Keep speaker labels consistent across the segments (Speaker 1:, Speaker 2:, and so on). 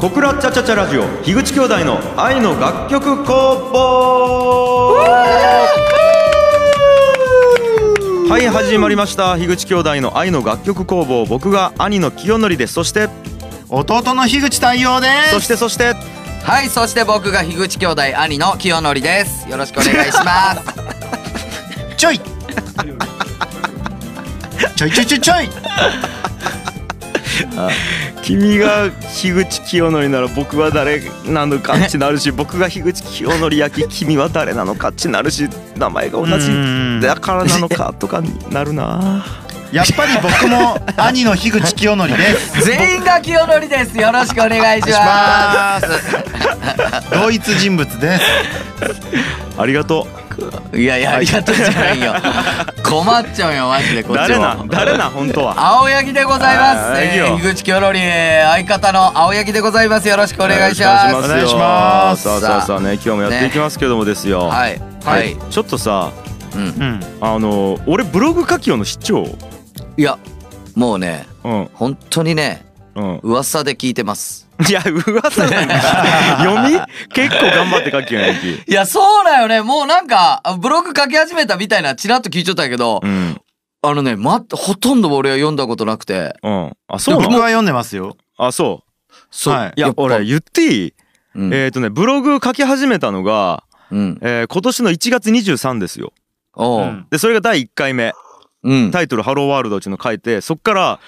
Speaker 1: 僕らチャチャチャラジオ樋口兄弟の愛の楽曲工房はい始まりました樋口兄弟の愛の楽曲工房僕が兄の清則ですそして
Speaker 2: 弟の樋口太陽で
Speaker 1: そ
Speaker 2: す
Speaker 1: してそして
Speaker 3: はい、そして僕が樋口兄弟兄の清則です。よろしくお願いします。
Speaker 2: ちょいちょいちょいちょいちょい
Speaker 1: 君が樋口清則なら僕は誰なのかってなるし僕が樋口清則焼き君は誰なのかってなるし名前が同じ
Speaker 2: うん
Speaker 1: だからなのかとかになるな
Speaker 2: やっぱり僕も兄の樋口清則です
Speaker 3: 全員が清則です。よろしくお願いし
Speaker 2: お
Speaker 3: ま
Speaker 2: 願いします同一人物です
Speaker 1: ありがと
Speaker 3: す。いやいや、ありがとうじゃない よ。困っちゃうよ、マジで
Speaker 1: う
Speaker 3: こっちも。
Speaker 1: 誰な誰な本当は
Speaker 3: 青柳でございま
Speaker 1: あ
Speaker 3: す。
Speaker 1: ー
Speaker 3: え
Speaker 1: いいよ
Speaker 3: ー樋口清則、相方の青柳でございます。よろしくお願いします。
Speaker 1: お
Speaker 2: す
Speaker 1: 願いし
Speaker 2: お
Speaker 1: ま
Speaker 2: 願いしますす
Speaker 1: さあさあさあね今日もやっていきますけどもですよ、
Speaker 3: はい、はい、
Speaker 1: ちょっとさ
Speaker 3: うん。
Speaker 2: うん
Speaker 1: あの俺ブログ書きよの市長
Speaker 3: いや、もうね、
Speaker 1: うん
Speaker 3: 本当にね、
Speaker 1: うん
Speaker 3: 噂で聞いてます。
Speaker 1: いや噂なんだ 読み結構頑張って書きよやき
Speaker 3: いや、そうだよね。もうなんか、ブログ書き始めたみたいな、ちらっと聞いちゃったけど、
Speaker 1: うん
Speaker 3: あのね、ま、ほとんど俺は読んだことなくて。
Speaker 1: うんあそう
Speaker 2: 僕
Speaker 1: な
Speaker 2: は
Speaker 1: の
Speaker 2: 読んでますよ
Speaker 1: あそう
Speaker 3: そう。
Speaker 2: はい
Speaker 1: いや
Speaker 3: っぱ
Speaker 1: 俺、言っていい、
Speaker 3: うん、
Speaker 1: えっ、とねブログ書き始めたのが、
Speaker 3: うん。
Speaker 1: えー今年の1月23ですよ
Speaker 3: お
Speaker 2: う
Speaker 3: う。
Speaker 2: ん
Speaker 1: でそれが第1回目
Speaker 3: うん。
Speaker 1: タイトル「ハローワールド」っていうの書いてそっから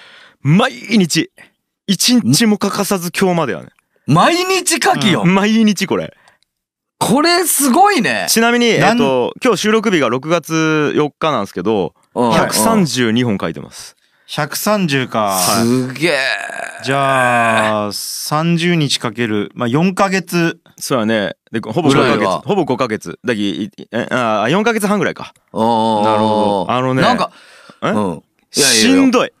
Speaker 1: 毎日一日も欠かさず今日までやね
Speaker 3: 毎日書きよ。
Speaker 1: 毎日これ
Speaker 3: これすごいね。
Speaker 1: ちなみにえ
Speaker 2: な
Speaker 1: っ
Speaker 2: ん
Speaker 1: と今日収録日が6月4日なんですけど
Speaker 3: うん
Speaker 1: 132本書いてます
Speaker 2: 130か
Speaker 3: すげえ。
Speaker 2: じゃあ30日かけるまあ4ヶ月
Speaker 1: そうやねでほぼ5
Speaker 3: ぐらい
Speaker 1: ヶ
Speaker 3: は
Speaker 1: 月ほぼ5ヶ月だきいえあ4ヶ月半ぐらいか
Speaker 3: おう
Speaker 1: なるほどあのね
Speaker 3: なんか、
Speaker 1: え
Speaker 3: うん。いやいや
Speaker 1: しんどい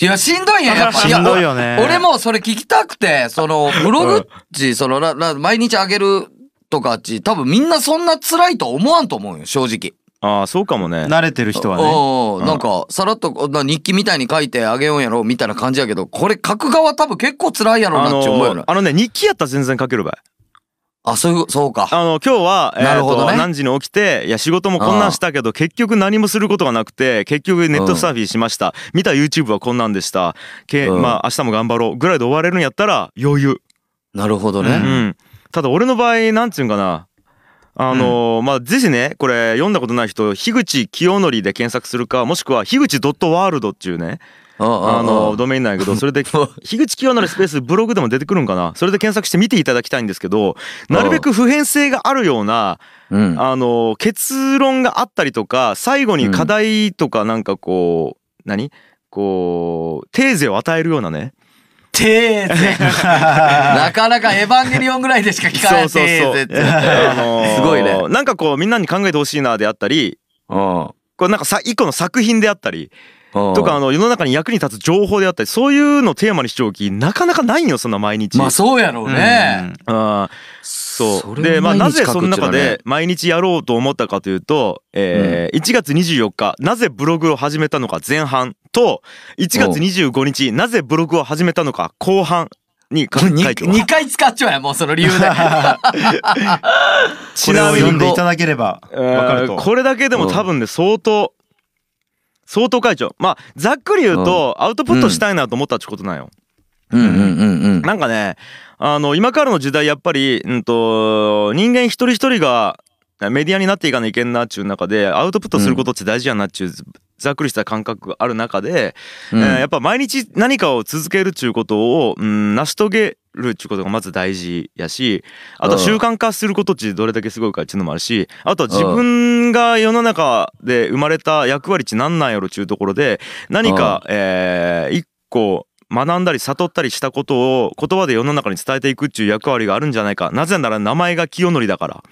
Speaker 3: いや、しんどいんや、やっぱ
Speaker 2: しんどいよね
Speaker 3: や俺もそれ聞きたくて、その、ブログっち、その、な、な、毎日あげるとかっち、多分みんなそんな辛いとは思わんと思うよ、正直。
Speaker 1: ああそうかもね
Speaker 2: 慣れてる人はね
Speaker 3: おーなんか、さらっとこんな日記みたいに書いてあげようやろ、みたいな感じやけど、これ書く側多分結構辛いやろ
Speaker 1: あ
Speaker 3: な
Speaker 1: の
Speaker 3: って思うよね
Speaker 1: ー。あのね日記やったら全然書けるばい
Speaker 3: あ、そういう、そうか。
Speaker 1: あの今日は、え
Speaker 3: な
Speaker 1: ー
Speaker 3: るほ
Speaker 1: と
Speaker 3: どね
Speaker 1: 何時に起きていや仕事もこんなんしたけど結局何もすることがなくて結局ネットサーフィンしました、見た YouTube はこんなんでしたけ、
Speaker 3: うん
Speaker 1: まあ明日も頑張ろうぐらいで終われるんやったら余裕、
Speaker 3: なるほど
Speaker 1: う
Speaker 3: ね。
Speaker 1: ん、ただ俺の場合なんていうんかなあのーまあぜひねこれ読んだことない人樋口清則で検索するかもしくは樋口ワールドっていうね
Speaker 3: あ
Speaker 1: あの
Speaker 3: ど
Speaker 1: ドメインなんやけどそれで樋口清則スペースブログでも出てくるんかなそれで検索して見ていただきたいんですけどなるべく普遍性があるような
Speaker 3: うん。
Speaker 1: あの結論があったりとか最後に課題とかなんかこう、何こうテーゼを与えるようなね
Speaker 3: てーぜ。 なかなかエヴァンゲリオンぐらいでしか聞かない。
Speaker 1: そうそうそう
Speaker 3: てーぜって
Speaker 1: あのー
Speaker 3: すごいね
Speaker 1: なんかこうみんなに考えてほしいなであったりこれなんかさ一個の作品であったり
Speaker 3: うん。
Speaker 1: とかあの世の中に役に立つ情報であったりそういうのをテーマにしておきなかなかないんよそんな毎日。
Speaker 3: まあそうやろうね。
Speaker 1: あーそ
Speaker 3: そうれ
Speaker 1: でまあな
Speaker 3: 毎日
Speaker 1: ぜ
Speaker 3: 書く
Speaker 1: その中
Speaker 3: ってのは
Speaker 1: で
Speaker 3: ね
Speaker 1: 毎日やろうと思ったかというと、えー1月24日なぜブログを始めたのか前半と1月25日なぜブログを始めたのか後半に書いてます
Speaker 3: 2回使っちゃうやんもうその理由 で。
Speaker 1: ち
Speaker 2: これを
Speaker 1: なみに
Speaker 2: 読んでいただければ
Speaker 1: え
Speaker 2: わかる
Speaker 1: ー
Speaker 2: と
Speaker 1: これだけでも多分ね相当相当書いちゃうまあざっくり言うとアウトプットしたいなと思ったってことなんよ。
Speaker 3: うんうんうん うん。
Speaker 1: なんかね、あの、今からの時代、やっぱり、うんと、人間一人一人がメディアになっていかないけんなっちゅう中で、アウトプットすることって大事やなっちゅう、ざっくりした感覚がある中で、
Speaker 3: う
Speaker 1: え
Speaker 3: ん
Speaker 1: ーやっぱ毎日何かを続けるっちゅうことを、うん、成し遂げるっちゅうことがまず大事やし、あと
Speaker 3: うん
Speaker 1: 習慣化することっちどれだけすごいかっちゅうのもあるし、あとは自分が世の中で生まれた役割っちなんなんやろっちゅうところで、何か、えー一個学んだり悟ったりしたことを言葉で世の中に伝えていくっていう役割があるんじゃないかなぜなら名前が清則だから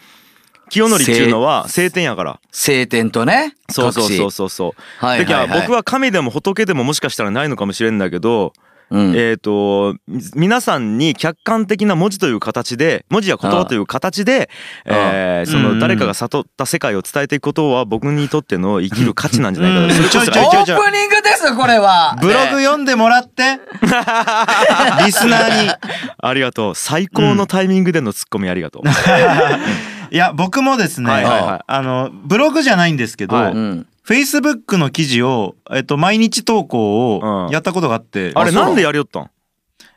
Speaker 1: 清則っていうのは聖典やから
Speaker 3: 晴天とね。
Speaker 1: そうそうそう
Speaker 3: そ
Speaker 1: そうそう
Speaker 3: う。はいはい
Speaker 1: だ
Speaker 3: は
Speaker 1: から
Speaker 3: い。
Speaker 1: 僕は神でも仏でももしかしたらないのかもしれんだけど
Speaker 3: うん。
Speaker 1: えっとみ皆さんに客観的な文字という形で文字や言葉という形で
Speaker 3: ああ
Speaker 1: えーそ
Speaker 2: うんう
Speaker 1: の
Speaker 2: ん
Speaker 1: 誰かが悟った世界を伝えていくことは僕にとっての 生きる価値なんじゃないか
Speaker 2: うん
Speaker 1: なそれこそ
Speaker 2: ちょいちょい
Speaker 3: オープニングですこれは。
Speaker 2: ブログ読んでもら って。リスナーに。
Speaker 1: ありがとう最高のタイミングでのツッコミありがとう、
Speaker 2: いや、僕もですね、
Speaker 1: はい
Speaker 3: はい
Speaker 1: はい
Speaker 2: あの、ブログじゃないんですけど、
Speaker 1: はい
Speaker 3: ね。うん。
Speaker 2: Facebook の記事を、えっと、毎日投稿
Speaker 1: う
Speaker 2: を
Speaker 1: ん
Speaker 2: やったことがあって、
Speaker 1: あれ
Speaker 3: そう
Speaker 1: なんでやりよったん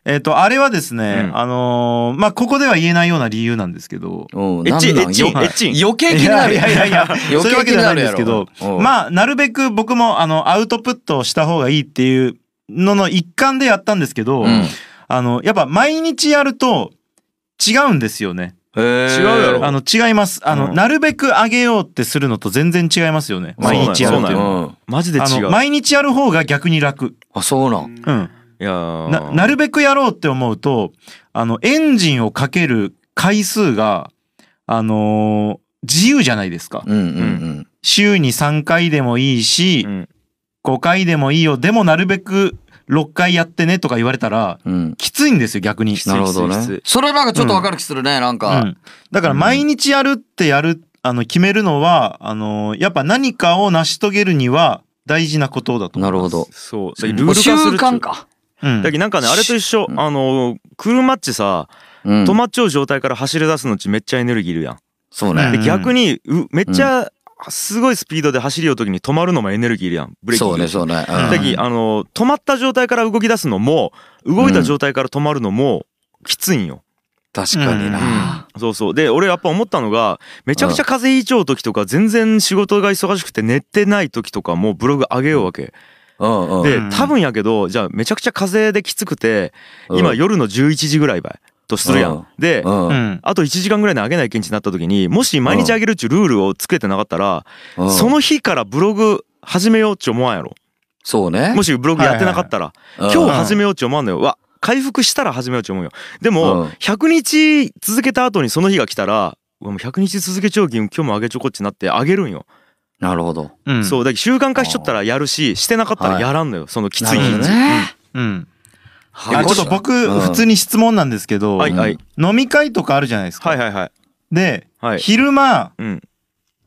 Speaker 2: えっと、あれはですね、
Speaker 1: うん
Speaker 2: あのーまあ、ここでは言えないような理由なんですけど、
Speaker 3: うん。
Speaker 1: エッチンエ
Speaker 3: なん
Speaker 1: ッチンエ
Speaker 3: なんよ
Speaker 1: ッチン
Speaker 3: 余計気になる。
Speaker 2: いやいやいやいや
Speaker 3: 余
Speaker 2: そういう
Speaker 3: 計
Speaker 2: わ
Speaker 3: 気
Speaker 2: けじ
Speaker 3: に
Speaker 2: ゃな
Speaker 3: ない
Speaker 2: ん
Speaker 3: る
Speaker 2: で
Speaker 3: や
Speaker 2: す
Speaker 3: ろ。
Speaker 2: けど
Speaker 3: うん
Speaker 2: まあ、なるべく僕も、あの、アウトプットした方がいいっていうのの一環でやったんですけど、
Speaker 3: うん
Speaker 2: あの、やっぱ毎日やると違うんですよね。
Speaker 1: 違うやろ
Speaker 2: あの、違います。あの、
Speaker 1: うん
Speaker 2: なるべく上げようってするのと全然違いますよね。毎日や
Speaker 1: そ
Speaker 2: る
Speaker 1: う
Speaker 2: っ
Speaker 1: な
Speaker 2: て
Speaker 1: ん
Speaker 2: いう
Speaker 1: や
Speaker 2: のは。
Speaker 3: うん
Speaker 1: マジで違
Speaker 2: あの、
Speaker 1: う
Speaker 2: 毎日やる方が逆に楽。
Speaker 3: あ、そうなん。
Speaker 2: うん。
Speaker 1: いや
Speaker 2: な、
Speaker 1: ー
Speaker 2: なるべくやろうって思うと、あの、エンジンをかける回数が、あのー自由じゃないですか。
Speaker 3: うんうん
Speaker 2: 週に3回でもいいし、
Speaker 1: うん
Speaker 2: 5回でもいいよ。でもなるべく6回やってねとか言われたら、
Speaker 3: うん。うん。
Speaker 2: きついんですよ、逆に。
Speaker 3: なるほど
Speaker 1: きついきつ
Speaker 3: ね
Speaker 1: い。
Speaker 3: それはなんかちょっとわかる気するね、なん
Speaker 2: う
Speaker 3: か。
Speaker 2: ん、だから毎日やるってやる、あの、決めるのは、あのーやっぱ何かを成し遂げるには大事なことだと思
Speaker 3: な
Speaker 2: う。
Speaker 3: るほど。
Speaker 1: そう
Speaker 2: うん
Speaker 1: ルール化す
Speaker 3: 習
Speaker 1: るっちゅう
Speaker 3: 慣か。
Speaker 2: うん
Speaker 1: だけどなんかねあれと一緒
Speaker 3: うん
Speaker 1: あの車っちさ
Speaker 3: うん
Speaker 1: 止まっちゃう状態から走り出すのっちめっちゃエネルギーいるやん
Speaker 3: そう
Speaker 2: う
Speaker 1: で
Speaker 2: ん
Speaker 3: ね。
Speaker 1: 逆にうめっちゃすごいスピードで走りようときに止まるのもエネルギーいるやんブレーキ
Speaker 3: そうね、そうね。うん
Speaker 2: だ
Speaker 1: だきあの止まった状態から動き出すのも動いた状態から止まるのもきついんよ、
Speaker 3: 確かにな。
Speaker 1: そうそうで俺やっぱ思ったのがめちゃくちゃ風邪ひいちゃう時とか全然仕事が忙しくて寝てない時とかもブログ上げようわけ
Speaker 3: うんうん。
Speaker 1: で
Speaker 2: うん
Speaker 1: 多分やけどじゃあめちゃくちゃ風邪できつくて今
Speaker 3: うん
Speaker 1: 夜の11時ぐらいばいとするや
Speaker 3: うん
Speaker 1: んで
Speaker 3: うん
Speaker 2: う
Speaker 3: うん
Speaker 2: ん。
Speaker 1: あと1時間ぐらいで上げない件になった時にもし毎日上げるっちゅうルールをつけてなかったら
Speaker 3: うん
Speaker 1: その日からブログ始めようっち思わんやろ
Speaker 3: そうね。
Speaker 1: もしブログやってなかったら
Speaker 3: うん
Speaker 1: 今日始めようって思わんのよ。わ回復したら始めようって思うよ。でも、
Speaker 3: うん
Speaker 1: 100日続けた後にその日が来たら、うわもう100日続けちょうきん今日もあげちょこっちなってあげるんよ。
Speaker 3: なるほど。
Speaker 2: うん。
Speaker 1: そう、だから習慣化しちゃったらやるし、してなかったらやらんのよ。そのきつ
Speaker 3: ないる
Speaker 1: 日
Speaker 3: ほど
Speaker 1: にち。
Speaker 3: ね。
Speaker 2: うん。
Speaker 3: い
Speaker 2: あちょっと僕、普通に質問なんですけど、
Speaker 1: はいはい。
Speaker 2: 飲み会とかあるじゃないですか。
Speaker 1: はいはいはい。
Speaker 2: で、
Speaker 1: はい。
Speaker 2: 昼間、
Speaker 1: うん。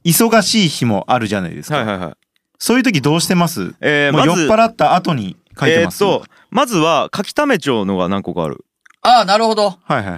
Speaker 2: 忙しい日もあるじゃないですか。
Speaker 1: はいはいはい。
Speaker 2: そういう時どうしてます、
Speaker 1: えー
Speaker 2: も
Speaker 1: ま
Speaker 2: う酔っ
Speaker 1: ず、
Speaker 2: 払った後に書いて
Speaker 1: えー
Speaker 2: ま
Speaker 1: っ
Speaker 2: す。
Speaker 1: と、まずは、書き溜め帳のが何個かある。
Speaker 3: ああ、なるほど。
Speaker 2: はいはい。
Speaker 1: うん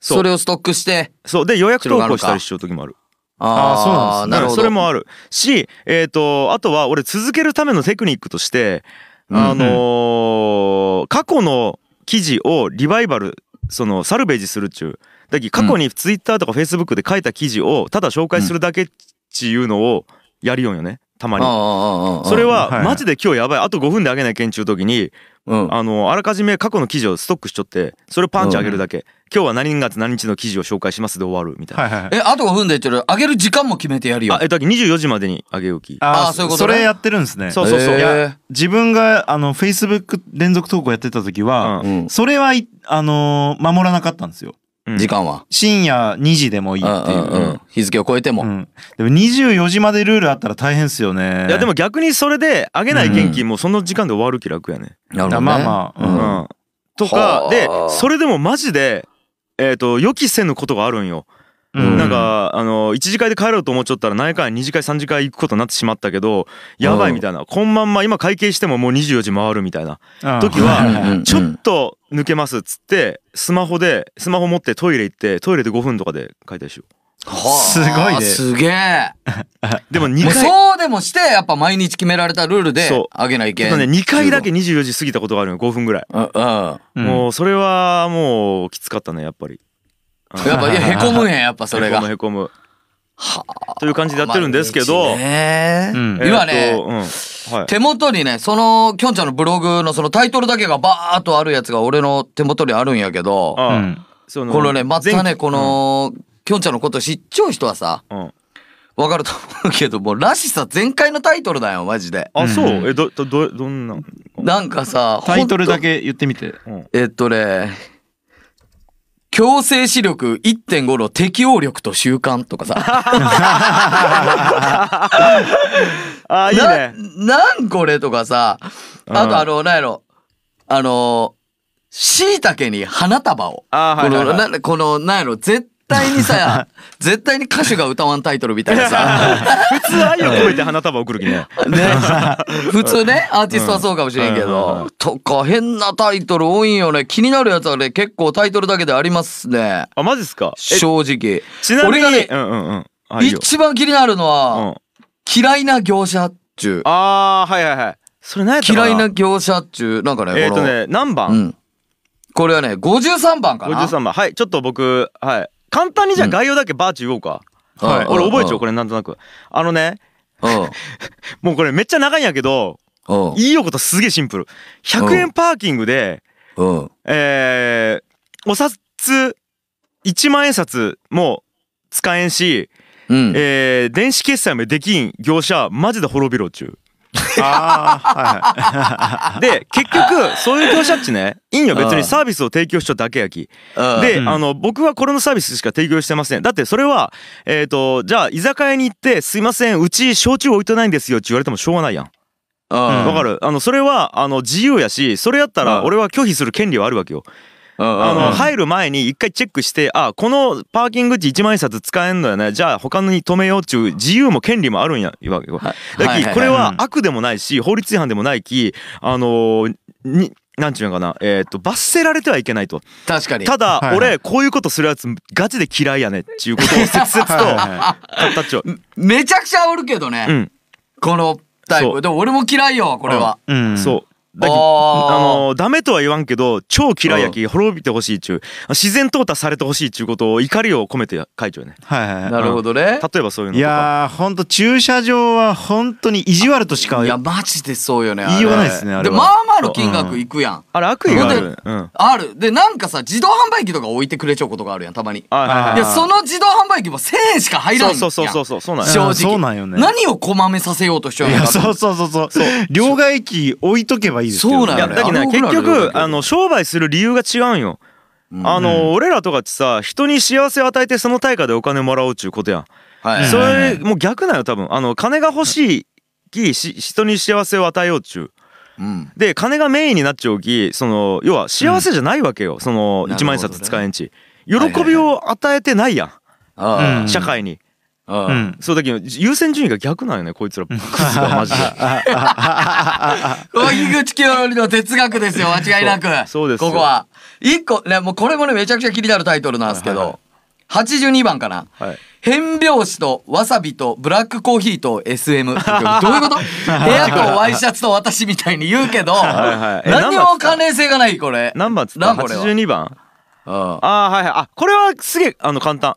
Speaker 1: そう
Speaker 3: それをストックして。
Speaker 1: そう。で、予約投稿したりしちゃう時もある。
Speaker 2: あーそうなんですね
Speaker 1: うん
Speaker 3: るほど。
Speaker 1: それもあるし、えっ、と、あとは俺続けるためのテクニックとして、あのー過去の記事をリバイバル、その、サルベージするっちゅう。だき過去にツイッターとかフェイスブックで書いた記事をただ紹介するだけっちいうのをやるよんよね、たま
Speaker 3: あー
Speaker 1: に。
Speaker 3: あーあーあー
Speaker 1: それ
Speaker 2: はいは
Speaker 1: は、
Speaker 2: い
Speaker 1: マジで今日やばい。あと5分であげなきゃいけんちゅう時に、
Speaker 3: うん。
Speaker 1: あの、あらかじめ過去の記事をストックしちょって、それをパンチ上げるだけ。今日は何月何日の記事を紹介しますで終わるみたいな。
Speaker 2: はいはいはい。
Speaker 3: え、あと5分で言ってる。上げる時間も決めてやるよ
Speaker 1: あ、。えっと、24時までに上げ置き。
Speaker 3: あー
Speaker 2: ー
Speaker 3: そういうことね
Speaker 2: それやってるんですね。
Speaker 1: そうそうそう
Speaker 3: へー
Speaker 2: いや自分が、あの、Facebook 連続投稿やってた時は、
Speaker 1: うん
Speaker 3: うん
Speaker 2: それはい、あのー守らなかったんですよ。
Speaker 1: うん
Speaker 3: 時間は。
Speaker 2: 深夜2時でもいいっていう
Speaker 3: うんうんうん。日付を超えて
Speaker 2: う
Speaker 3: も。
Speaker 2: ん。でも24時までルールあったら大変っすよね。
Speaker 1: いやでも逆にそれで上げない元気もその時間で終わる気楽やね。
Speaker 3: なるほどね。
Speaker 2: まあまあ、
Speaker 1: う
Speaker 2: うん
Speaker 1: ん。とか
Speaker 3: はあ
Speaker 1: でそれでもマジでえっ、と予期せぬことがあるんよ。
Speaker 3: うん
Speaker 1: なん、かあの一次会で帰ろうと思っちゃったら何回二次会三次会行くことになってしまったけどやばいみたいなこんまんま今会計してももう24時回るみたいな時
Speaker 3: うんうんう
Speaker 1: は
Speaker 3: ん
Speaker 1: ちょっと抜けますっつってスマホでスマホ持ってトイレ行ってトイレで5分とかで書いたりしよ
Speaker 2: すごいね
Speaker 3: すげえ。
Speaker 1: う。でも2
Speaker 3: も
Speaker 1: 回
Speaker 3: うそうでもして、やっぱ毎日決められたルールで
Speaker 1: そう
Speaker 3: 上げないけ
Speaker 1: ちょっ
Speaker 3: ん。
Speaker 1: とね2回だけ24時過ぎたことがあるのよ5分ぐらい。
Speaker 3: うん。うん。や
Speaker 2: うん
Speaker 1: もうそれはもうきつかったねやっぱり。
Speaker 3: っぱ、い や、へこむんや、やっぱそれが。
Speaker 1: へこむへこ
Speaker 3: はあ
Speaker 1: むという感じでやってるんですけど、
Speaker 3: 毎日ね
Speaker 2: うん
Speaker 1: えーっと
Speaker 3: 今ね
Speaker 1: うんはい
Speaker 3: 手元にね、その、きょんちゃんのブログのそのタイトルだけがバーっとあるやつが俺の手元にあるんやけど、
Speaker 1: ああ
Speaker 2: うん
Speaker 1: そ
Speaker 3: このね、またね、
Speaker 1: 前
Speaker 3: この、きょんちゃんのこと知っちゃう人はさ、
Speaker 1: うんうん
Speaker 3: わかると思うけど、もう、らしさ全開のタイトルだよ、マジで。
Speaker 1: あそう
Speaker 2: うん
Speaker 1: えどどどどんな
Speaker 3: なんかさ、
Speaker 2: タイトルだ
Speaker 3: け
Speaker 2: け言ってみて。
Speaker 3: えっとね、強制視力1.5の適応力と習慣とかさ。
Speaker 1: あいいね
Speaker 3: ななんこれとかさ、あ
Speaker 1: う
Speaker 3: と
Speaker 1: ん
Speaker 3: あの、なんやろ。あのー、椎茸に花束を。
Speaker 1: あーはいはいはい
Speaker 3: この、な、この、なんやろ、絶対にさ、絶対に歌手が歌わんタイトルみたい なさ。
Speaker 1: 普通愛を込めて花束送る気ね。
Speaker 3: ね、普通ね、アーティストはそうかもしれんけど、とか変なタイトル多いんよね。気になるやつはね、結構タイトルだけでありますね。
Speaker 1: あマジっすか。え
Speaker 3: 正直。
Speaker 1: ちなみに
Speaker 3: 俺がね
Speaker 1: うんうんうん。あいいよ。
Speaker 3: 一番気になるの
Speaker 1: う
Speaker 3: は、
Speaker 1: ん。
Speaker 3: 嫌いな業者っちゅう。
Speaker 1: あーはいはいはい。それ何やったかな
Speaker 3: 嫌いな業者っちゅう、なんかね、
Speaker 1: えっ、
Speaker 3: この
Speaker 1: とね何
Speaker 3: う
Speaker 1: 番？
Speaker 3: ん。これはね、53番か
Speaker 1: 五
Speaker 3: な。
Speaker 1: 十三番。はいちょっと僕はい簡単にじゃあ概要だけバーチ言おうか。
Speaker 3: はい
Speaker 1: 俺覚えちゃ
Speaker 3: う
Speaker 1: うんこれなんとなく。あのね
Speaker 3: うん。
Speaker 1: もうこれめっちゃ長いんやけど
Speaker 3: うん
Speaker 1: いいよことすげえシンプル。100円パーキングで、
Speaker 3: うん。
Speaker 1: えー、お札1万円札も使えんし、
Speaker 3: うん。
Speaker 1: えー、電子決済もできん業者マジで滅びろっちゅう。
Speaker 2: ああ、はいはい。
Speaker 1: で結局そういう業者っちねいいんよ別
Speaker 3: う
Speaker 1: に
Speaker 3: ん
Speaker 1: サービスを提供しちゃうだけやき。
Speaker 3: うん
Speaker 1: で、
Speaker 2: うん
Speaker 1: あの僕はこれのサービスしか提供してませんだってそれはえっ、とじゃあ居酒屋に行って「すいませんうち焼酎置いてないんですよ」って言われてもしょうがないやんわ、
Speaker 3: うん
Speaker 2: わ
Speaker 1: かるあのそれはあの自由やしそれやった
Speaker 3: う
Speaker 1: ら
Speaker 3: ん
Speaker 1: 俺は拒否する権利はあるわけよ
Speaker 3: うん
Speaker 1: あ
Speaker 2: うん
Speaker 1: の入る前に一回チェックしてあこのパーキング時1万円札使えんのやねじゃあ他のに止めようっちゅう自由も権利もあるんやいうわけよ
Speaker 3: は
Speaker 1: だ
Speaker 3: はい
Speaker 1: き
Speaker 3: はい
Speaker 1: これ
Speaker 2: う
Speaker 1: は
Speaker 2: ん
Speaker 1: 悪でもないし法律違反でもないきあのーになんちゅうのかなえっと罰せられてはいけないと
Speaker 3: 確かに。
Speaker 1: た
Speaker 2: はい
Speaker 1: だ
Speaker 2: はい
Speaker 1: 俺こういうことするやつガチで嫌いやねっちゅうことを切々
Speaker 2: は
Speaker 1: と
Speaker 2: いは
Speaker 1: 語っちゃう
Speaker 3: めちゃくちゃ煽るけど
Speaker 1: う
Speaker 3: ね。
Speaker 1: ん
Speaker 3: このタイ
Speaker 1: そ
Speaker 3: プ。
Speaker 1: う
Speaker 3: でも俺も嫌いよ、これは。
Speaker 2: いうん。
Speaker 1: そうだき
Speaker 3: あ
Speaker 1: あ
Speaker 3: ー
Speaker 1: のーダメとは言わんけど超嫌いやき滅びてほしいっちゅう自然淘汰されてほしいっちゅうことを怒りを込めて書いちゃうね
Speaker 2: はいはいは
Speaker 3: なるほどね。
Speaker 1: 例えばそういうの
Speaker 2: い。い
Speaker 1: とか
Speaker 2: やー、ほんと駐車場は本当に意地悪としか
Speaker 3: いや、マジでそうよね。
Speaker 2: 言いようがないですね
Speaker 3: あ
Speaker 2: あ
Speaker 3: れ
Speaker 2: れ
Speaker 3: で、
Speaker 2: は
Speaker 3: まあまあの金額いくやん。
Speaker 1: あれ悪意があ
Speaker 3: ほん
Speaker 1: る
Speaker 3: で
Speaker 1: うん
Speaker 3: ある。で、なんかさ、自動販売機とか置いてくれちゃうことがあるやん、たまに。
Speaker 1: はいはい
Speaker 2: あ
Speaker 1: はい
Speaker 2: ー
Speaker 3: いや、その自動販売機も1000円しか入ら
Speaker 1: そう
Speaker 3: んや。
Speaker 1: んそうそうそうそうそうなんや
Speaker 3: 正直。
Speaker 2: うんそうなんよね
Speaker 3: 何をこまめさせようとしちゃう
Speaker 2: い
Speaker 3: の
Speaker 2: や
Speaker 3: か
Speaker 2: そうそうそうそう両替機置いとけばいいですけど
Speaker 3: そうなん
Speaker 1: いや
Speaker 3: ね
Speaker 1: だけど
Speaker 3: あ
Speaker 1: ね
Speaker 3: の
Speaker 1: 結
Speaker 3: 僕らの時
Speaker 1: 局あの商売する理由が違うんよ。
Speaker 3: うん
Speaker 1: あの俺らとかってさ人に幸せを与えてその対価でお金もらおうっちゅうことやん。
Speaker 3: はい。
Speaker 1: そ
Speaker 2: う
Speaker 1: れ
Speaker 2: ん
Speaker 1: もう逆なんよ多分あの金が欲しいきし人に幸せを与えようっちゅう。
Speaker 3: うん。
Speaker 1: で金がメインになっちゃうきその要は幸せじゃないわけよ、その
Speaker 3: な
Speaker 1: 1
Speaker 3: るほどね
Speaker 1: 万円札使えんち。喜
Speaker 3: はい
Speaker 1: びを与えてないやん、
Speaker 3: あ
Speaker 2: うん
Speaker 1: 社会に。
Speaker 3: あ。
Speaker 2: う
Speaker 3: うん
Speaker 2: ん
Speaker 1: そうだけど優先順位が逆なんよねこいつらクズがマジで。
Speaker 3: 荻口清則の哲学ですよ、間違いなく。
Speaker 1: そうそうですよ
Speaker 3: ここは。一個、ね、もうこれもね、めちゃくちゃ気になるタイトルなんですけ
Speaker 1: はいは
Speaker 3: ど、82番かな。
Speaker 1: はい
Speaker 3: 変拍子とわさびとブラックコーヒーと SM どういうこ と部屋とワイシャツと私みたいに言うけど
Speaker 1: はいはいえ
Speaker 3: 何に
Speaker 1: 何番
Speaker 3: も
Speaker 1: っすか
Speaker 3: 関連性がないこれ
Speaker 1: 何番っつった
Speaker 3: 何これは
Speaker 1: ?82 番
Speaker 3: うん
Speaker 1: あーはいはいあこれはすげえあの簡単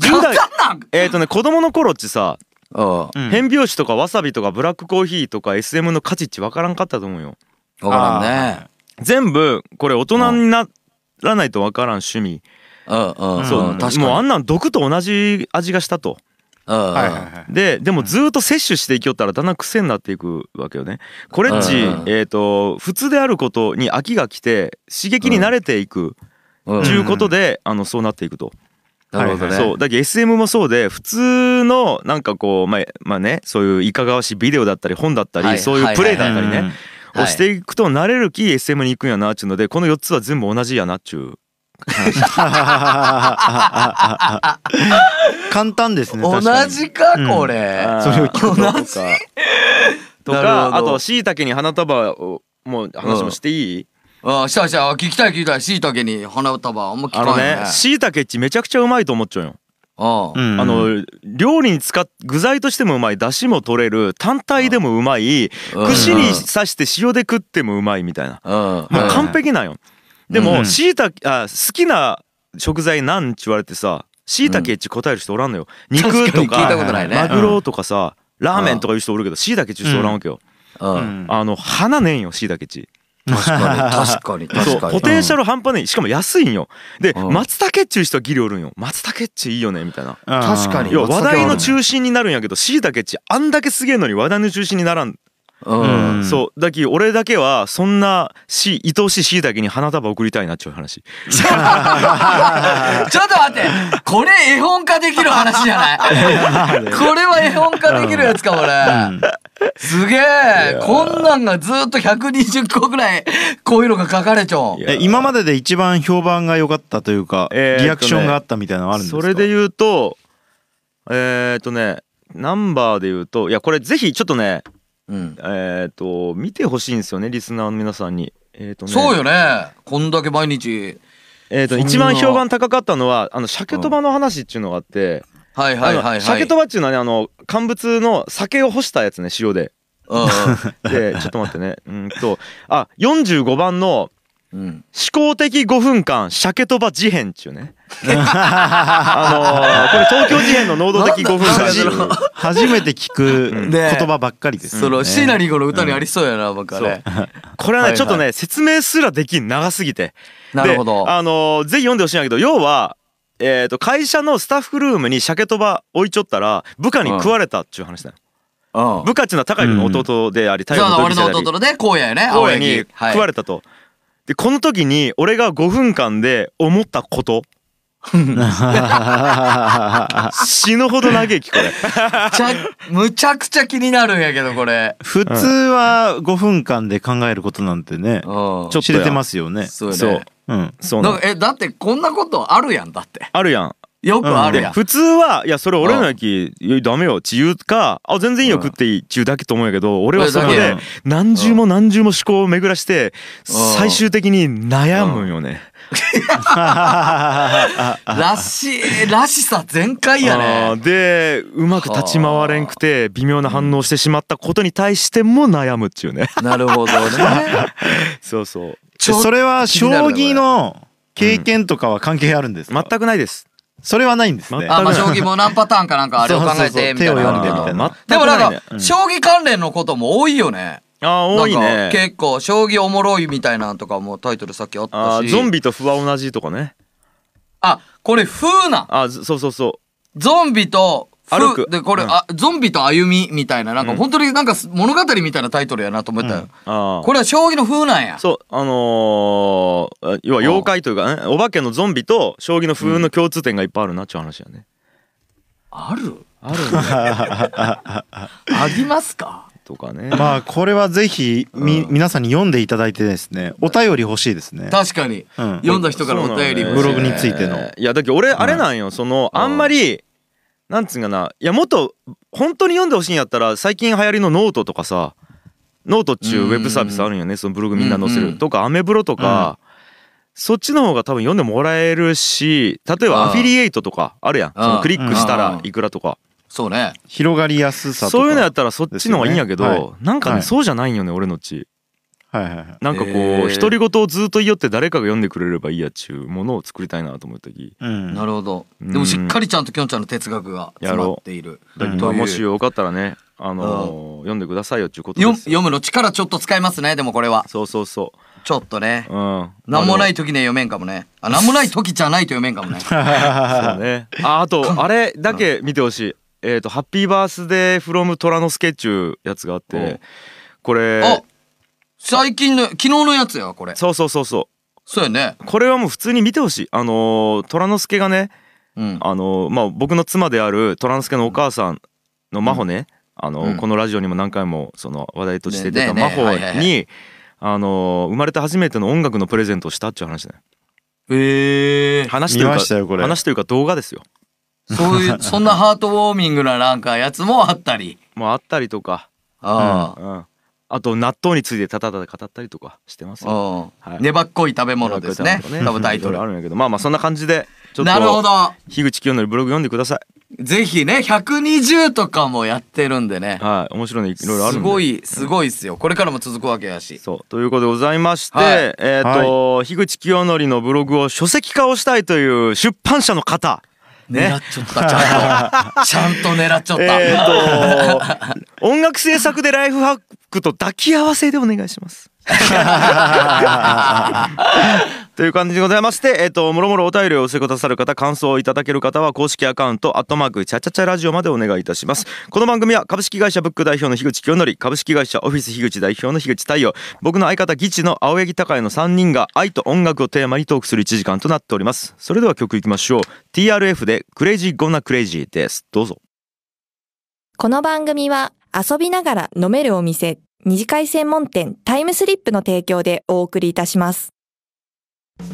Speaker 3: 簡
Speaker 1: 10代
Speaker 3: 単
Speaker 1: えっ、とね子供の頃っちさ、
Speaker 3: なんうん
Speaker 2: うん
Speaker 1: 変拍子とかわさびとかブラックコーヒーとか SM の価値っち分からんかったと思うよ
Speaker 3: 分からんね
Speaker 1: 全部これ大人にならないと分からん趣味
Speaker 3: うんうん
Speaker 2: そ
Speaker 1: そう
Speaker 3: うん確かに
Speaker 1: もうあんなん毒と同じ味がしたと
Speaker 3: うん
Speaker 2: はいはいはい
Speaker 1: ででもずーっと摂取していきよったらだんだん癖になっていくわけよねこれっち
Speaker 3: うん
Speaker 1: えっと普通であることに飽きが来て刺激に慣れていく
Speaker 3: うん
Speaker 1: ちゅうことであのそうなっていくと
Speaker 3: なるほどね
Speaker 1: そうだけど SM もそうで普通のなんかこうまあまあねそういういかがわしいビデオだったり本だったり、
Speaker 3: はい
Speaker 1: そういうプレイだったりね、
Speaker 2: うん
Speaker 3: はい
Speaker 1: をしていくと慣れるき SM に行くんやなっちゅうのでこの4つは全部同じやなっちゅう
Speaker 2: 簡単ですね
Speaker 3: 同
Speaker 2: 確かに
Speaker 3: じか
Speaker 2: うん
Speaker 3: これ
Speaker 1: あー
Speaker 2: それを聞くと
Speaker 3: 同
Speaker 1: と
Speaker 3: じ
Speaker 1: かと
Speaker 3: なるほ
Speaker 1: か
Speaker 3: ど
Speaker 1: あとしいたけに花束をもう話もしていい、
Speaker 3: ああ、したした、聞きたい聞きたい、しいたけに花束、あんま聞か
Speaker 1: あ
Speaker 3: な
Speaker 1: の
Speaker 3: いね。
Speaker 1: ねしいたけっちめちゃくちゃうまいと思っちゃうよ、
Speaker 3: ああ
Speaker 2: うん
Speaker 1: あの料理に使っ具材としてもうまいだしも取れる単体でもうまい
Speaker 3: うん
Speaker 1: 串に刺して塩で食ってもうまいみたいな
Speaker 3: うん。も
Speaker 1: もう完璧なんよ。でも、
Speaker 2: うん
Speaker 1: しいたけ、あ、好きな食材なんち言われてさ、しいたけっち答える人おらんのよ。肉と
Speaker 3: 確かに聞いた
Speaker 1: か、
Speaker 3: ことないね。
Speaker 1: マグロとかさ、ラーメ
Speaker 3: うん
Speaker 1: ンとかいう人おるけど、しいたけっちいう人おらんわけよ。
Speaker 3: うん
Speaker 2: う
Speaker 3: う
Speaker 2: ん
Speaker 3: ん
Speaker 1: あの、花ねんよ、しいたけっち。
Speaker 3: 確かに、確かに、
Speaker 1: そ
Speaker 3: 確
Speaker 1: う、
Speaker 3: か
Speaker 1: ポ
Speaker 3: に。
Speaker 1: テンシャル半端ない。しかも安いんよ。で、
Speaker 3: うん
Speaker 1: 松茸っちゅう人はギリおるんよ。松茸っちいいよね、みたいな。
Speaker 2: うん
Speaker 3: 確かに
Speaker 1: 要は話題の
Speaker 3: 松茸
Speaker 1: 中心になるんやけど、しいたけっちあんだけすげえのに話題の中心にならん。
Speaker 3: うん。
Speaker 2: うん
Speaker 1: そう。だき、俺だけは、そんな、し、愛おしいしいたけに花束送りたいなっちゅう話。
Speaker 3: ちょっと待って、これ 絵本化できる話じゃないこれは絵本化できるやつか、これ。すげえこんなんがずっと120個ぐらいこういうのが書かれちょん
Speaker 1: いや
Speaker 2: え今までで一番評判が良かったというか、
Speaker 1: えーっとね
Speaker 2: リアクションがあったみたいなのはあるんですか
Speaker 1: それで言うとえっ、とねナンバーで言うといやこれぜひちょっとね
Speaker 3: うん
Speaker 1: えっ、と見てほしいんですよねリスナーの皆さんに。えーとね、
Speaker 3: そうよねこんだけ毎日
Speaker 1: えー、と
Speaker 3: そんな
Speaker 1: 一番評判高かったのはあの鮭とばの話っていうのがあって、
Speaker 3: はいはいはいは
Speaker 1: あ
Speaker 3: い
Speaker 1: の鮭とばっていうのはねあの乾物の酒を干したやつね塩でで ちょっと待ってねうーんとあ45番の
Speaker 3: うんうん
Speaker 1: 「思考的5分間鮭とば事変」っていう ねあのーこれ東京事変の能動的5分間ってい
Speaker 3: なん
Speaker 1: う
Speaker 2: 初めて聞く
Speaker 1: ん
Speaker 2: 言葉ばっかりです、ね。
Speaker 3: そのシナリゴの歌にありそうやな僕はね
Speaker 1: これは
Speaker 3: はい
Speaker 1: ね
Speaker 3: はい
Speaker 1: ちょっとね説明すらできん長すぎて
Speaker 3: なるほど
Speaker 1: であのーぜひ読んでほしいんだけど要はえーと会社のスタッフルームに鮭とば置いちょったら部下に食われたっちゅう話だよ
Speaker 3: うん
Speaker 1: 部下っていうのは高井君の弟であり
Speaker 3: そう
Speaker 1: 太陽
Speaker 3: だ
Speaker 1: の同
Speaker 3: 俺
Speaker 1: 期
Speaker 3: の
Speaker 1: 生であり
Speaker 3: 弟のね荒野よね
Speaker 1: 荒野に
Speaker 3: はい
Speaker 1: 食われたと。でこの時に俺が5分間で思ったこと死ぬほど嘆きこ れ
Speaker 3: ちゃむちゃくちゃ気になるんやけどこれ
Speaker 2: 普通は5分間で考えることなんてね
Speaker 3: う、ん
Speaker 1: ちょっと
Speaker 2: 知
Speaker 1: や
Speaker 2: れてますよね。
Speaker 3: そう
Speaker 1: そ
Speaker 3: よ
Speaker 1: う
Speaker 3: ね
Speaker 2: うん。
Speaker 1: そうな
Speaker 3: なん
Speaker 1: の
Speaker 3: かえだってこんなことあるやんだって
Speaker 1: あるやん
Speaker 3: よくある
Speaker 1: で
Speaker 3: やん
Speaker 1: 普通はいやそれ俺のやきいやダメよ治癒かあ全然いいよ食っていい治癒だけと思うんやけど俺はそこ
Speaker 3: 俺
Speaker 2: だ
Speaker 1: で
Speaker 2: け
Speaker 1: 何重も何重も思考を巡らして
Speaker 3: うん
Speaker 1: 最終的に悩むんよね
Speaker 3: らしいらしさ全開や
Speaker 1: あ
Speaker 3: ね
Speaker 1: ーでうまく立ち回れんくて微妙な反応をしてしまったことに対しても悩むっちゅうね
Speaker 3: なるほどね
Speaker 1: そうそう
Speaker 3: ちょ
Speaker 2: それは
Speaker 3: 気
Speaker 2: 将
Speaker 3: になるな
Speaker 2: 棋の経験とかは関係あるんですか、
Speaker 1: 全くないです
Speaker 2: それはないんですね。
Speaker 1: 全
Speaker 3: あまあ将棋も何パターンかなんかあれを考えてみたいなの
Speaker 2: そうそうそう手を読ん
Speaker 3: あるけ
Speaker 2: でみたい
Speaker 3: ど
Speaker 2: な
Speaker 3: でもなん
Speaker 1: 全くいね
Speaker 3: か将棋関連のことも多いよね
Speaker 1: あー多い
Speaker 3: なんか
Speaker 1: ね
Speaker 3: 結構将棋おもろいみたいなんとかもタイトルさっきあっ
Speaker 1: あ
Speaker 3: た
Speaker 1: ー
Speaker 3: し
Speaker 1: ゾンビと歩は同じとかね
Speaker 3: あこれ風なん
Speaker 1: あーずそうそうそ
Speaker 3: ゾンビとふ
Speaker 1: 歩く
Speaker 3: でこれ、
Speaker 1: うん
Speaker 3: あゾンビと歩みみたいななんか本当になんかす物語みたいなタイトルやなと思ったよ、
Speaker 1: うあー
Speaker 3: これは将棋の風なんや
Speaker 1: そうあのー、要は妖怪というかねお化けのゾンビと将棋の風の共通点がいっぱいあるなっちゅう話やね、
Speaker 3: ある
Speaker 1: あるんだ
Speaker 3: ありますか
Speaker 1: とかね、
Speaker 2: まあこれはぜひみ、皆さんに読んでいただいてですねお便り欲しいですね。
Speaker 3: 確か
Speaker 2: う
Speaker 3: に、
Speaker 2: ん
Speaker 3: 読んだ人からお便り
Speaker 1: そうなの
Speaker 3: も
Speaker 1: よ
Speaker 2: ブログについての
Speaker 1: いやだけど俺あれなんよその
Speaker 3: うん
Speaker 1: あんまりなんつうんかないやもっと本当に読んでほしいんやったら最近流行りのノートとかさノートっちゅうウェブサービスあるんよねそのブログみんな載せ
Speaker 3: うんうん
Speaker 1: るとかアメブロとかそっちの方が多分読んでもらえるし例えばアフィリエイトとかあるやん
Speaker 3: うん
Speaker 1: そのクリックしたらいくらとか
Speaker 3: そうね
Speaker 2: 広がりやすさとか。
Speaker 1: そういうのやったらそっちの方がいいんやけど、
Speaker 2: ですよねは
Speaker 1: なんかね、
Speaker 2: はい
Speaker 1: そうじゃないんよね俺のうち
Speaker 2: はいはいはい。
Speaker 1: なんかこう、
Speaker 3: へー
Speaker 1: 独り言をずっと言いよって誰かが読んでくれればいいやっちゅうものを作りたいなと思った時、
Speaker 2: うん。
Speaker 3: なるほど
Speaker 1: うん
Speaker 3: でもしっかりちゃんときょんちゃんの哲学が詰まっている
Speaker 2: やろう
Speaker 3: と
Speaker 1: まあ、
Speaker 3: いう
Speaker 1: もしよかったらね、あのー読んでくださいよっちゅうこと
Speaker 3: よ
Speaker 1: ですよ
Speaker 3: 読むの力ちょっと使いますねでもこれは
Speaker 1: そうそうそ
Speaker 3: ちょっとね
Speaker 1: ううん
Speaker 3: なんもないい時ね読めんかもねあなんもない時じゃないと読めんかもね
Speaker 1: そう ねああとあれだけ見てほしいえっ、と「ハッピーバースデーフロム虎之助」っちゅうやつがあっ
Speaker 3: うん
Speaker 1: てこれ
Speaker 3: あ最近の昨日のやつやわこれ
Speaker 1: そうそうそうそ
Speaker 3: そうやね
Speaker 1: うこれはもう普通に見てほしいあのー虎之助がね
Speaker 3: うん
Speaker 1: あのまあ僕の妻であるトランスケのお母さんの真帆ね、あの
Speaker 3: うん
Speaker 1: このラジオにも何回もその話題として出た
Speaker 3: ねね
Speaker 1: 真
Speaker 3: ねはいはい
Speaker 1: 帆
Speaker 3: は
Speaker 1: にあの生まれて初めての音楽のプレゼントをしたっていう話だよ
Speaker 3: へえ
Speaker 1: 話という
Speaker 2: 見
Speaker 1: か
Speaker 2: ましたよこれ
Speaker 1: 話というか動画ですよ
Speaker 3: そういう、そんなハートウォーミングななんかやつもあったり。
Speaker 1: もうあったりとか、
Speaker 3: あ
Speaker 1: う、ん、あと納豆についてただただ語ったりとかしてますよ
Speaker 3: あ、う
Speaker 1: はい
Speaker 3: ん。粘っこい食べ物ですね。多分タイト
Speaker 1: いろいろあ
Speaker 3: ル。
Speaker 1: るんやけどまあまあそんな感じでちょっ
Speaker 3: なるほ
Speaker 1: と
Speaker 3: ど。
Speaker 1: 樋口清則ブログ読んでください
Speaker 3: ぜひね、120とかもやってるんでね。
Speaker 1: はい面白いのいろいろある
Speaker 3: す
Speaker 1: んです
Speaker 3: ごい、すごいっすよ。これからも続くわけやし。
Speaker 1: そうということでございまして、
Speaker 3: はい
Speaker 1: えっ、と、樋口清則のブログを書籍化をしたいという出版社の方
Speaker 3: 狙
Speaker 1: ね
Speaker 3: っちゃった、ちゃんと。ちゃんと狙っちゃっ
Speaker 1: え
Speaker 3: た。
Speaker 1: っと音楽制作でライフハックと抱き合わせでお願いします。という感じでございまして、えっ、と、もろもろお便りをお寄せくださる方、感想をいただける方は、公式アカウント、アットマーク、チャチャチャラジオまでお願いいたします。この番組は、株式会社ブック代表の樋口清則、株式会社オフィス樋口代表の樋口太陽、僕の相方、ギチの青柳高也の3人が、愛と音楽をテーマにトークする1時間となっております。それでは曲いきましょう。TRF で、クレイジーゴナクレイジーです。どうぞ。
Speaker 4: この番組は遊びながら飲めるお店、二次会専門店タイムスリップの提供でお送りいたします。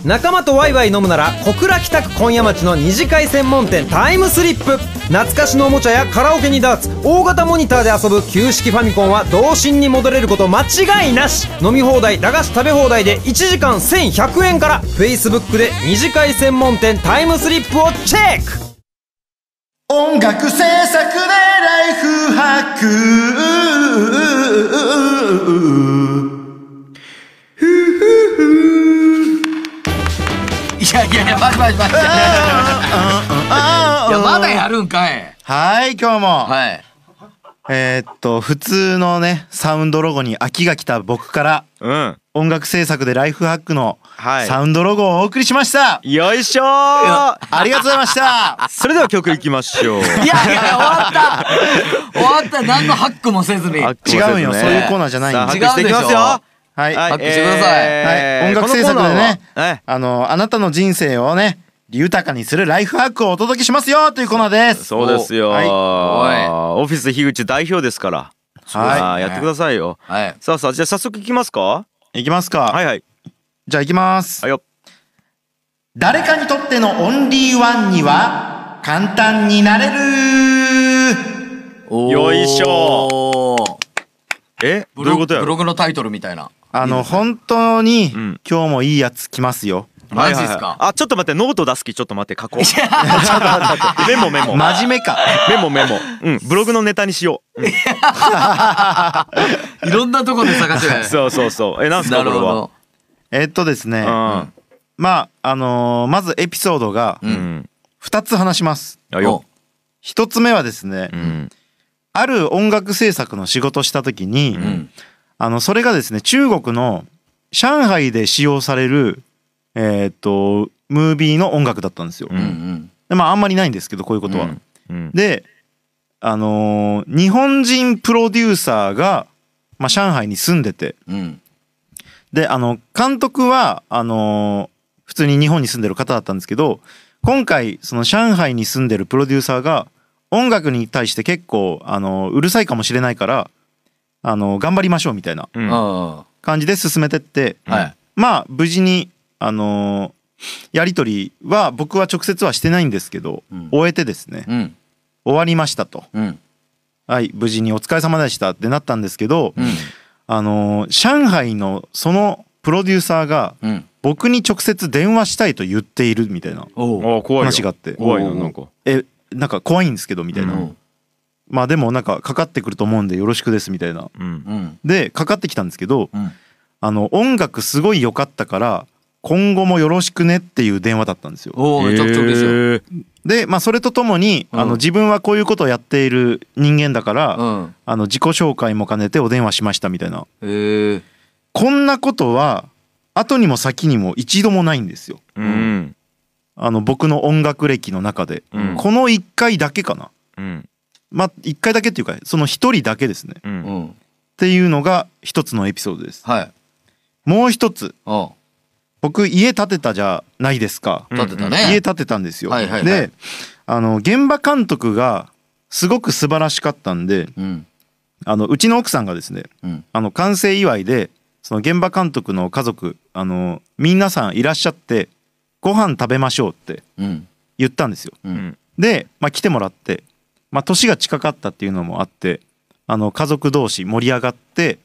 Speaker 5: 仲間とワイワイ飲むなら小倉北区今夜町の二次会専門店タイムスリップ懐かしのおもちゃやカラオケにダーツ大型モニターで遊ぶ旧式ファミコンは童心に戻れること間違いなし飲み放題駄菓子食べ放題で1時間1100円から Facebook で二次会専門店タイムスリップをチェック
Speaker 2: 音楽制作でライフハック
Speaker 3: いやいやいや、まだまだまだ。いや、まだやるんかい。
Speaker 2: はい今日も、
Speaker 3: はい。
Speaker 2: えーっと普通のねサウンドロゴに秋が来た僕から
Speaker 1: うん
Speaker 2: 音楽制作でライフハックの
Speaker 1: はい
Speaker 2: サウンドロゴをお送りしました、
Speaker 1: よいしょー
Speaker 2: ありがとうございま した
Speaker 1: それでは曲いきましょう
Speaker 3: いやいや、終わった。終わった。何のハックもせずに。
Speaker 1: あ
Speaker 2: 違うよそういうコーナーじゃないん
Speaker 1: さあ
Speaker 2: だ
Speaker 1: 拍
Speaker 3: 違う
Speaker 1: 手していきますよ
Speaker 3: でし
Speaker 2: はい、
Speaker 1: はい
Speaker 3: 拍手してください
Speaker 2: はい音楽制作でね
Speaker 1: このコーナーははい
Speaker 2: あのあなたの人生をね豊かにするライフハックをお届けしますよというコーナーです
Speaker 1: そうですよ、
Speaker 2: はい
Speaker 1: オフィス樋口代表ですから、
Speaker 2: は
Speaker 1: はい、やってくださいよ
Speaker 3: はい。
Speaker 1: さあさあじゃあ早速いきますか
Speaker 2: いいきますか、
Speaker 1: はいはい
Speaker 2: じゃあいきます
Speaker 1: はいよ
Speaker 2: 誰かにとってのオンリーワンには簡単になれる
Speaker 1: よいし
Speaker 3: ょ。
Speaker 1: えど
Speaker 3: ブ
Speaker 1: ういう
Speaker 3: ロ
Speaker 1: こ
Speaker 3: グ
Speaker 1: とや
Speaker 3: ブログのタイトルみたいな。
Speaker 2: あの本当に
Speaker 1: ん
Speaker 2: 今日もいいやつ来ますよ
Speaker 3: マジ
Speaker 1: はい
Speaker 3: で
Speaker 1: は
Speaker 3: す
Speaker 1: いはい
Speaker 3: か。
Speaker 1: あちょっと待ってノート出す気ちょっと待って書こうちょっと待ってメモメモ
Speaker 2: 真面目か
Speaker 1: メモメモうんブログのネタにしよう、うん
Speaker 3: いろんなとこで探してな い。
Speaker 1: そうそうそうえなんすか
Speaker 3: な
Speaker 1: こ
Speaker 3: る
Speaker 1: れ
Speaker 3: ほ
Speaker 1: は
Speaker 3: ど。
Speaker 2: えっとですね
Speaker 1: うん
Speaker 2: まああのーまずエピソードが
Speaker 1: うん
Speaker 2: 2つ話します
Speaker 1: あよ
Speaker 2: 1つ目はですね
Speaker 1: うん
Speaker 2: ある音楽制作の仕事した時に、
Speaker 3: ん
Speaker 2: あのそれがですね中国の上海で使用されるえーっとムービーの音楽だったんですよ。
Speaker 1: う
Speaker 3: うんうんん。
Speaker 2: でまああんまりないんですけどこういうことは。
Speaker 1: うん
Speaker 2: であのー日本人プロデューサーが、まあ、上海に住んでて
Speaker 3: うん。
Speaker 2: であの監督はあのー普通に日本に住んでる方だったんですけど今回その上海に住んでるプロデューサーが音楽に対して結構あのーうるさいかもしれないからあのー頑張りましょうみたいな
Speaker 1: うん
Speaker 3: あ
Speaker 2: 感じで進めてって、
Speaker 3: あ。はい。
Speaker 2: まあ無事にあのーやり取りは僕は直接はしてないんですけど、
Speaker 3: うん
Speaker 2: 終えてですね
Speaker 3: うん。
Speaker 2: 終わりましたと
Speaker 3: うん。
Speaker 2: はい無事にお疲れ様でしたってなったんですけど、
Speaker 3: うん。
Speaker 2: あのー上海のそのプロデューサーが
Speaker 3: うん。
Speaker 2: 僕に直接電話したいと言っているみたいな
Speaker 3: おう。
Speaker 1: あ怖いよ
Speaker 2: 話があって
Speaker 1: 怖いななんか
Speaker 2: えなんか怖いんですけどみたいな、
Speaker 3: うん。
Speaker 2: まあでもなんかかかってくると思うんでよろしくですみたいな
Speaker 1: うん
Speaker 3: うん。
Speaker 2: でかかってきたんですけど
Speaker 3: うん。
Speaker 2: あの音楽すごい良かったから今後もよろしくねっていう電話だったんですよ
Speaker 3: おお、めちゃくちゃ嬉しいよ。
Speaker 1: へー
Speaker 2: でまあそれとともに、
Speaker 3: うん
Speaker 2: あの自分はこういうことをやっている人間だから、
Speaker 3: うん。
Speaker 2: あの自己紹介も兼ねてお電話しましたみたいな
Speaker 3: ええ。
Speaker 2: こんなことは後にも先にも一度もないんですよ
Speaker 1: うん
Speaker 2: あの僕の音楽歴の中で、
Speaker 1: うん
Speaker 2: この1回だけかな
Speaker 1: うん
Speaker 2: まあ1回だけっていうかその1人だけですねっ
Speaker 1: うん
Speaker 3: うん。
Speaker 2: ていうのが一つのエピソードです
Speaker 3: はい。
Speaker 2: もう一つ
Speaker 3: あ
Speaker 2: 僕家建てたじゃないですか、
Speaker 3: 立てた
Speaker 2: 家
Speaker 3: ね。
Speaker 2: 建てたんですよ、
Speaker 3: はいはいはい
Speaker 2: であの現場監督がすごく素晴らしかったんで
Speaker 3: うん。
Speaker 2: あのうちの奥さんがですね
Speaker 3: うん。
Speaker 2: あの完成祝いでその現場監督の家族あの皆さんいらっしゃってご飯食べましょうって
Speaker 3: うん。
Speaker 2: 言ったんですよ
Speaker 1: うん
Speaker 2: で、まあ、来てもらって、まあ、年が近かったっていうのもあってあの家族同士盛り上がって、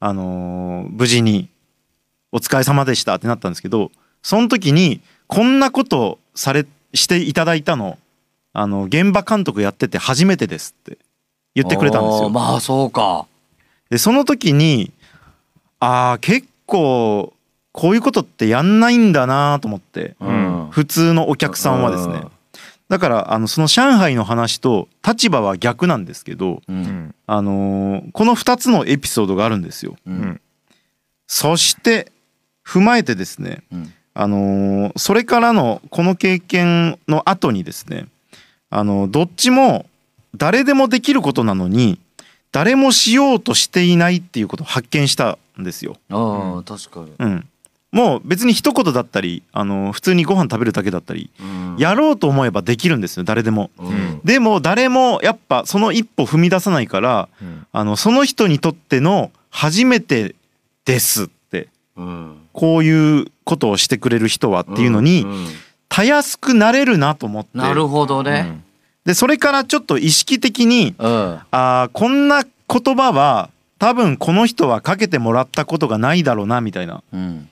Speaker 2: あのー無事に「お疲れ様でした」ってなったんですけどその時にこんなことされしていただいたのあの現場監督やってて初めてですって言ってくれたんです
Speaker 3: お
Speaker 2: よ
Speaker 3: ー。まあ、そうか。
Speaker 2: でその時にああ結構こういうことってやんないんだなと思って。
Speaker 1: ん
Speaker 2: 普通のお客さんはですね
Speaker 3: うん
Speaker 2: だからあのその上海の話と立場は逆なんですけど、
Speaker 1: う
Speaker 3: う。
Speaker 1: んん
Speaker 2: あのーこの2つのエピソードがあるんですよ。
Speaker 3: う。
Speaker 1: うんん
Speaker 2: そして踏まえてですね、
Speaker 3: うん。
Speaker 2: あのーそれからのこの経験の後にですね、あのどっちも誰でもできることなのに誰もしようとしていないっていうことを発見したんですよ。
Speaker 3: ああ、確かに。
Speaker 2: うん、もう別に一言だったりあの普通にご飯食べるだけだったりやろうと思えばできるんですよ誰でも。
Speaker 1: うん
Speaker 2: でも誰もやっぱその一歩踏み出さないから
Speaker 1: うん
Speaker 2: あのその人にとっての初めてですってこういうことをしてくれる人はっていうのにたやすくなれるなと思って
Speaker 3: なるほどね。
Speaker 2: でそれからちょっと意識的に
Speaker 3: うん。
Speaker 2: あーこんな言葉は多分この人はかけてもらったことがないだろうなみたいなっ
Speaker 3: うん。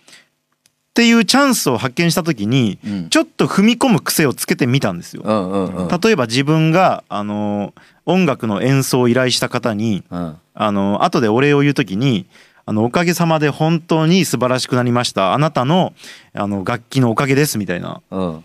Speaker 2: ていうチャンスを発見した時に
Speaker 3: うん。
Speaker 2: ちょっと踏み込む癖をつけてみたんですよ。
Speaker 3: うんうんうん。
Speaker 2: 例えば自分が、あのー音楽の演奏を依頼した方に、
Speaker 3: うん。
Speaker 2: あのー後でお礼を言う時にあの「おかげさまで本当に素晴らしくなりましたあなたのあの楽器のおかげです」みたいな
Speaker 3: うん。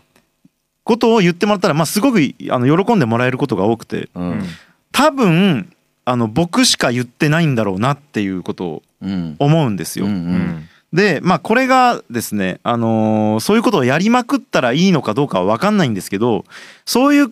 Speaker 2: ことを言ってもらったら、まあ、すごくあの喜んでもらえることが多くて
Speaker 3: うん。
Speaker 2: 多分あの僕しか言ってないんだろうなっていうことを
Speaker 3: うん。
Speaker 2: 思うんですよ。
Speaker 1: うんん
Speaker 2: でまあこれがですね、あのーそういうことをやりまくったらいいのかどうかは分かんないんですけどそういう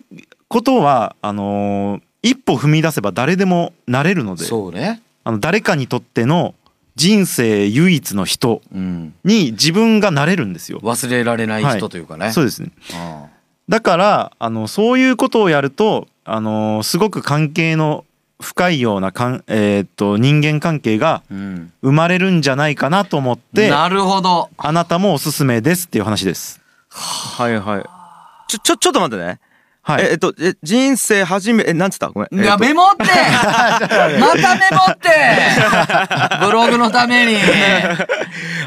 Speaker 2: ことはあのー一歩踏み出せば誰でもなれるので
Speaker 3: そうね。
Speaker 2: あの誰かにとっての人生唯一の人
Speaker 3: うん。
Speaker 2: に自分がなれるんですよ。
Speaker 3: 忘れられない
Speaker 2: はい
Speaker 3: 人というかね。
Speaker 2: そうですね
Speaker 3: あ
Speaker 2: だからあのそういうことをやると、あのーすごく関係の深いようなかん、えーっと人間関係が
Speaker 3: あうん。
Speaker 2: 生まれるんじゃないかなと思って
Speaker 3: なるほど。
Speaker 2: あなたもおすすめですっていう話です。
Speaker 1: はいはいちょちょちょっと待ってね
Speaker 2: はい、
Speaker 1: ええっとえ人生初めえなんつったごめん
Speaker 3: いや、メ
Speaker 1: め
Speaker 3: モっ てまたメモってブログのために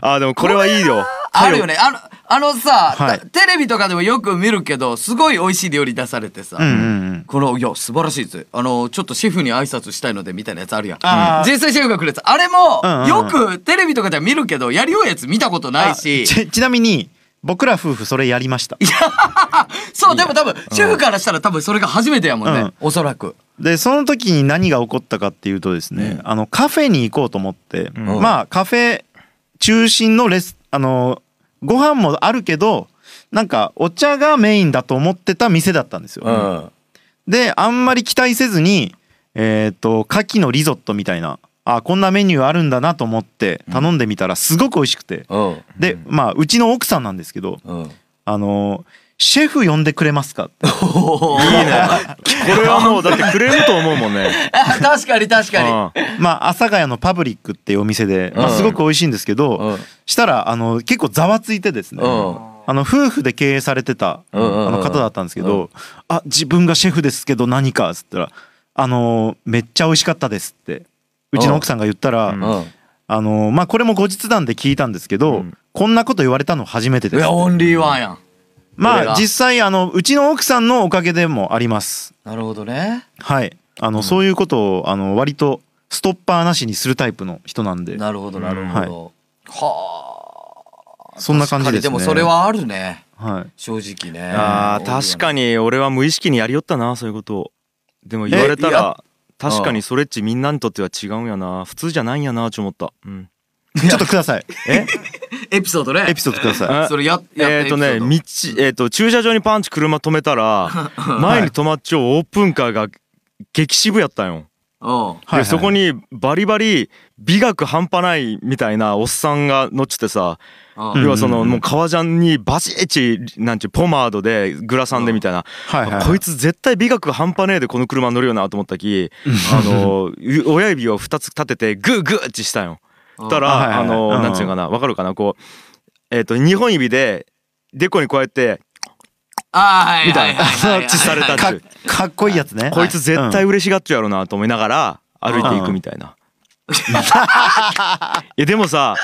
Speaker 1: あでもこれはいいよ
Speaker 3: あるよね。あの、あのさ、
Speaker 2: はい
Speaker 3: たテレビとかでもよく見るけど、すごい美味しい料理出されてさ、
Speaker 2: うんうんうん
Speaker 3: この、いや、素晴らしいです。あの、ちょっとシェフに挨拶したいのでみたいなやつあるやん。
Speaker 2: あー
Speaker 3: 実際シェフがくれたやつ。あれ
Speaker 2: うんうん
Speaker 3: も、よくテレビとかでは見るけど、やりようやつ見たことないし
Speaker 2: あ。ちちなみに僕ら夫婦それやりました
Speaker 3: そう、でも多分、シェフからしたら多分それが初めてやもんね。
Speaker 2: うん
Speaker 3: おそらく。
Speaker 2: でその時に何が起こったかっていうとですね、あのカフェに行こうと思って、
Speaker 1: ん
Speaker 2: まあカフェ中心のレスあのご飯もあるけどなんかお茶がメインだと思ってた店だったんですよ、
Speaker 3: うん。
Speaker 2: であんまり期待せずにえっ、と牡蠣のリゾットみたいなあこんなメニューあるんだなと思って頼んでみたらすごく美味しくて、
Speaker 3: うん。
Speaker 2: でまあうちの奥さんなんですけど
Speaker 3: うん。
Speaker 2: あのシェフ呼んでくれます かって
Speaker 3: お
Speaker 1: こ
Speaker 3: ー
Speaker 1: れはもう だってくれると思うもんね
Speaker 3: あ 確かに確か
Speaker 1: うん
Speaker 2: まあ、阿佐ヶ谷のパブリックっていうお店で、まあ、
Speaker 3: うん
Speaker 2: すごく美味しいんですけど、
Speaker 3: うん
Speaker 2: したらあの結構ざわついてですね、
Speaker 3: うん
Speaker 2: あの夫婦で経営されてた、
Speaker 3: うんうんうん
Speaker 2: あの方だったんですけど「あ自分がシェフですけど何か」っつったら「あのめっちゃ美味しかったです」ってうちの奥さんが言ったら、
Speaker 3: に。うん。
Speaker 2: あのまあ、これも後日談で聞いたんですけど、
Speaker 1: うん
Speaker 2: こんなこと言われたの初めて
Speaker 3: い
Speaker 2: です
Speaker 3: や、。オンリーワンやん。俺
Speaker 2: ま
Speaker 3: が
Speaker 2: あ実際あのうちの奥さんのおかげでもあります。
Speaker 3: なるほどね。
Speaker 2: はい、あの、そういうことをあの割とストッパーなしにするタイプの人なんで。
Speaker 3: なるほど、なるほど。はあ。
Speaker 2: そんな感じですね
Speaker 3: 確かにでも、それはあるね。
Speaker 2: はい。
Speaker 3: 正直ね。
Speaker 1: あー確か
Speaker 3: に。
Speaker 1: に俺は無意識にやりよったなそういうことをでも言われた
Speaker 3: えいや
Speaker 1: ら確かにそれっちみんなにとっては違うんやな普通じゃないんやなちょ思ったうん
Speaker 2: ちょっとください。
Speaker 1: え
Speaker 3: エピソードね。
Speaker 2: エピソードく ださい。
Speaker 1: え
Speaker 3: それや、やった
Speaker 1: えっとね
Speaker 3: エピソード
Speaker 1: 道えっと駐車場にパンチ車止めた ら前に止まっちゃうオープンカーが激渋やったんよ
Speaker 3: うん。
Speaker 2: はいはい
Speaker 1: でそこにバリバリ美学半端ないみたいなおっさんが乗っちってさ
Speaker 3: うん
Speaker 1: 要はそ
Speaker 2: うんう
Speaker 1: の
Speaker 2: んうん
Speaker 1: もう革ジャンにバチッチなんちゅうポマードでグラサンでみたいな
Speaker 2: はいはい。
Speaker 1: こいつ絶対美学半端ねえでこの車乗るよなと思ったき、あ のう親指を2つ立ててグーグーってしたんよ。した
Speaker 2: あはいはい
Speaker 1: らあ
Speaker 2: うんう
Speaker 1: の
Speaker 2: ん
Speaker 1: なんていうのかなわかるかなこうえっと2本指でデコにこうやって
Speaker 3: あーはい。
Speaker 1: みたいな
Speaker 3: はは は
Speaker 1: 察知された
Speaker 2: かかっこいいやつね。
Speaker 1: こいつ絶対嬉しがっちゃうやろなと思いながら歩いていくみたいな。いやでもさ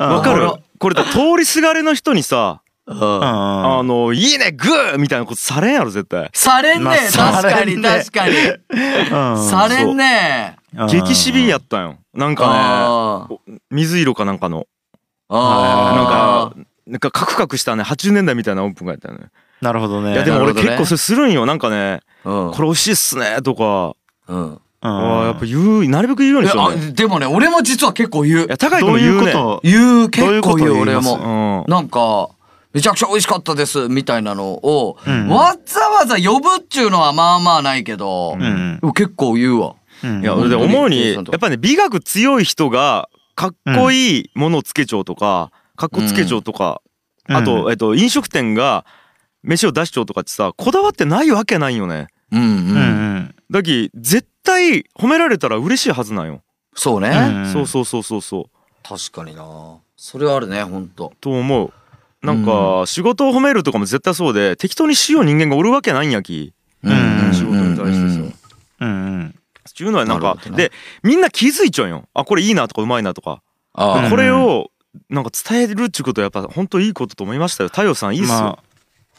Speaker 1: わかるこれだ通りすがれの人にさ
Speaker 2: うん。うん
Speaker 1: あの「いいねグー!」みたいなことされんやろ絶対。
Speaker 3: されん
Speaker 2: ま
Speaker 3: ね
Speaker 2: あ
Speaker 3: え確
Speaker 2: さ
Speaker 3: か
Speaker 2: れん
Speaker 3: に
Speaker 2: ね
Speaker 3: 確かに。
Speaker 2: うん
Speaker 3: されんね
Speaker 2: う
Speaker 3: え。
Speaker 2: ん
Speaker 1: 激しびやったんよ。なんか
Speaker 3: あー
Speaker 1: ね水色かなんかのなん
Speaker 3: あ
Speaker 1: かなんかカクカクしたね80年代みたいなオープンがやったよね。
Speaker 2: なるほどね。
Speaker 1: いやでも
Speaker 3: なる
Speaker 1: 俺
Speaker 3: ほどね
Speaker 1: 結構それするんよなんかね
Speaker 3: ーうん
Speaker 1: これ美味しいっすねとか
Speaker 3: うん
Speaker 2: うん
Speaker 1: はやっぱ言うなるべく言うよう
Speaker 3: え
Speaker 1: にしようね。
Speaker 3: あでもね俺も実は結構言う
Speaker 1: いや高い
Speaker 2: ど
Speaker 1: 君
Speaker 2: うい
Speaker 1: 言
Speaker 2: う
Speaker 1: う
Speaker 2: こ
Speaker 1: ね。
Speaker 2: と。
Speaker 3: 言う
Speaker 2: どうい
Speaker 3: 結
Speaker 2: うこと
Speaker 3: 構言う
Speaker 2: 言い
Speaker 3: 俺
Speaker 2: ます
Speaker 3: も
Speaker 1: うん。
Speaker 3: なんかめちゃくちゃ美味しかったですみたいなのを
Speaker 2: うん
Speaker 3: わざわざ呼ぶっちゅうのはまあまあないけど
Speaker 2: うん
Speaker 3: でも結構言うわ
Speaker 2: うん。
Speaker 1: いや
Speaker 3: うん
Speaker 1: 俺で思うにや
Speaker 3: 本当に
Speaker 1: っぱね美学強い人がかっこいいものをつけちゃうとか、かっこつけちゃうとか、あと、えっと、飲食店が飯を出しちゃうとかってさこだわってないわけないよね
Speaker 3: うん
Speaker 2: うん、
Speaker 3: う
Speaker 2: うん
Speaker 3: ん。
Speaker 1: だき絶対褒められたら嬉しいはずなんよ、
Speaker 3: そうね。
Speaker 2: うん
Speaker 1: そうそうそうそうそう
Speaker 3: 確かにな。それはあるね、ほんと。
Speaker 1: と思うなんか仕事を褒めるとかも絶対そうで適当にしよう人間がおるわけないんやき
Speaker 3: うん
Speaker 1: 仕事に対してさ、
Speaker 3: うん
Speaker 2: うんうん
Speaker 1: っていうのはなんか
Speaker 3: なるほどね
Speaker 1: でみんな気づいちゃうんよあこれいいなとかうまいなとか
Speaker 3: ああ
Speaker 2: うん
Speaker 1: これをなんか伝えるっちゅうことはやっぱ本当いいことと思いましたよ太陽さんいいっすよ、
Speaker 2: まあ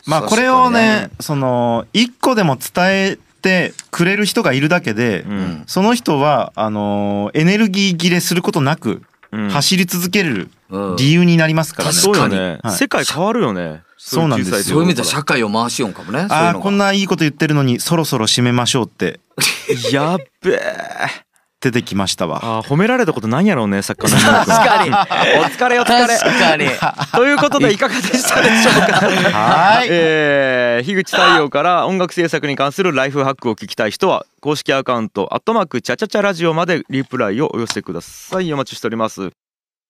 Speaker 2: まあこ
Speaker 3: 確かに
Speaker 2: れをねその一個でも伝えてくれる人がいるだけで、
Speaker 1: う
Speaker 3: うんん
Speaker 2: その人はあのーエネルギー切れすることなく
Speaker 1: うん
Speaker 2: 走り続ける
Speaker 3: うん
Speaker 2: 理由になりますからね。
Speaker 1: そうよね、
Speaker 2: はい
Speaker 1: 世界変わるよね
Speaker 2: そうなんですよ
Speaker 3: そういう意味では社会を回しよんかもね。
Speaker 2: ああーこん
Speaker 3: な。
Speaker 2: ないいこと言ってるのにそろそろ締めましょうって
Speaker 1: やっべえ
Speaker 2: 出てきましたわ。
Speaker 1: あー褒められたことないんやろうね作家の人
Speaker 3: 確かに。
Speaker 1: お疲れお疲れ
Speaker 3: 確かに。
Speaker 1: ということでいかがでしたでしょうか
Speaker 2: はい。
Speaker 1: えー、樋口太陽から音楽制作に関するライフハックを聞きたい人は公式アカウント「アットマークチャチャチャラジオ」までリプライをお寄せくださいお待ちしております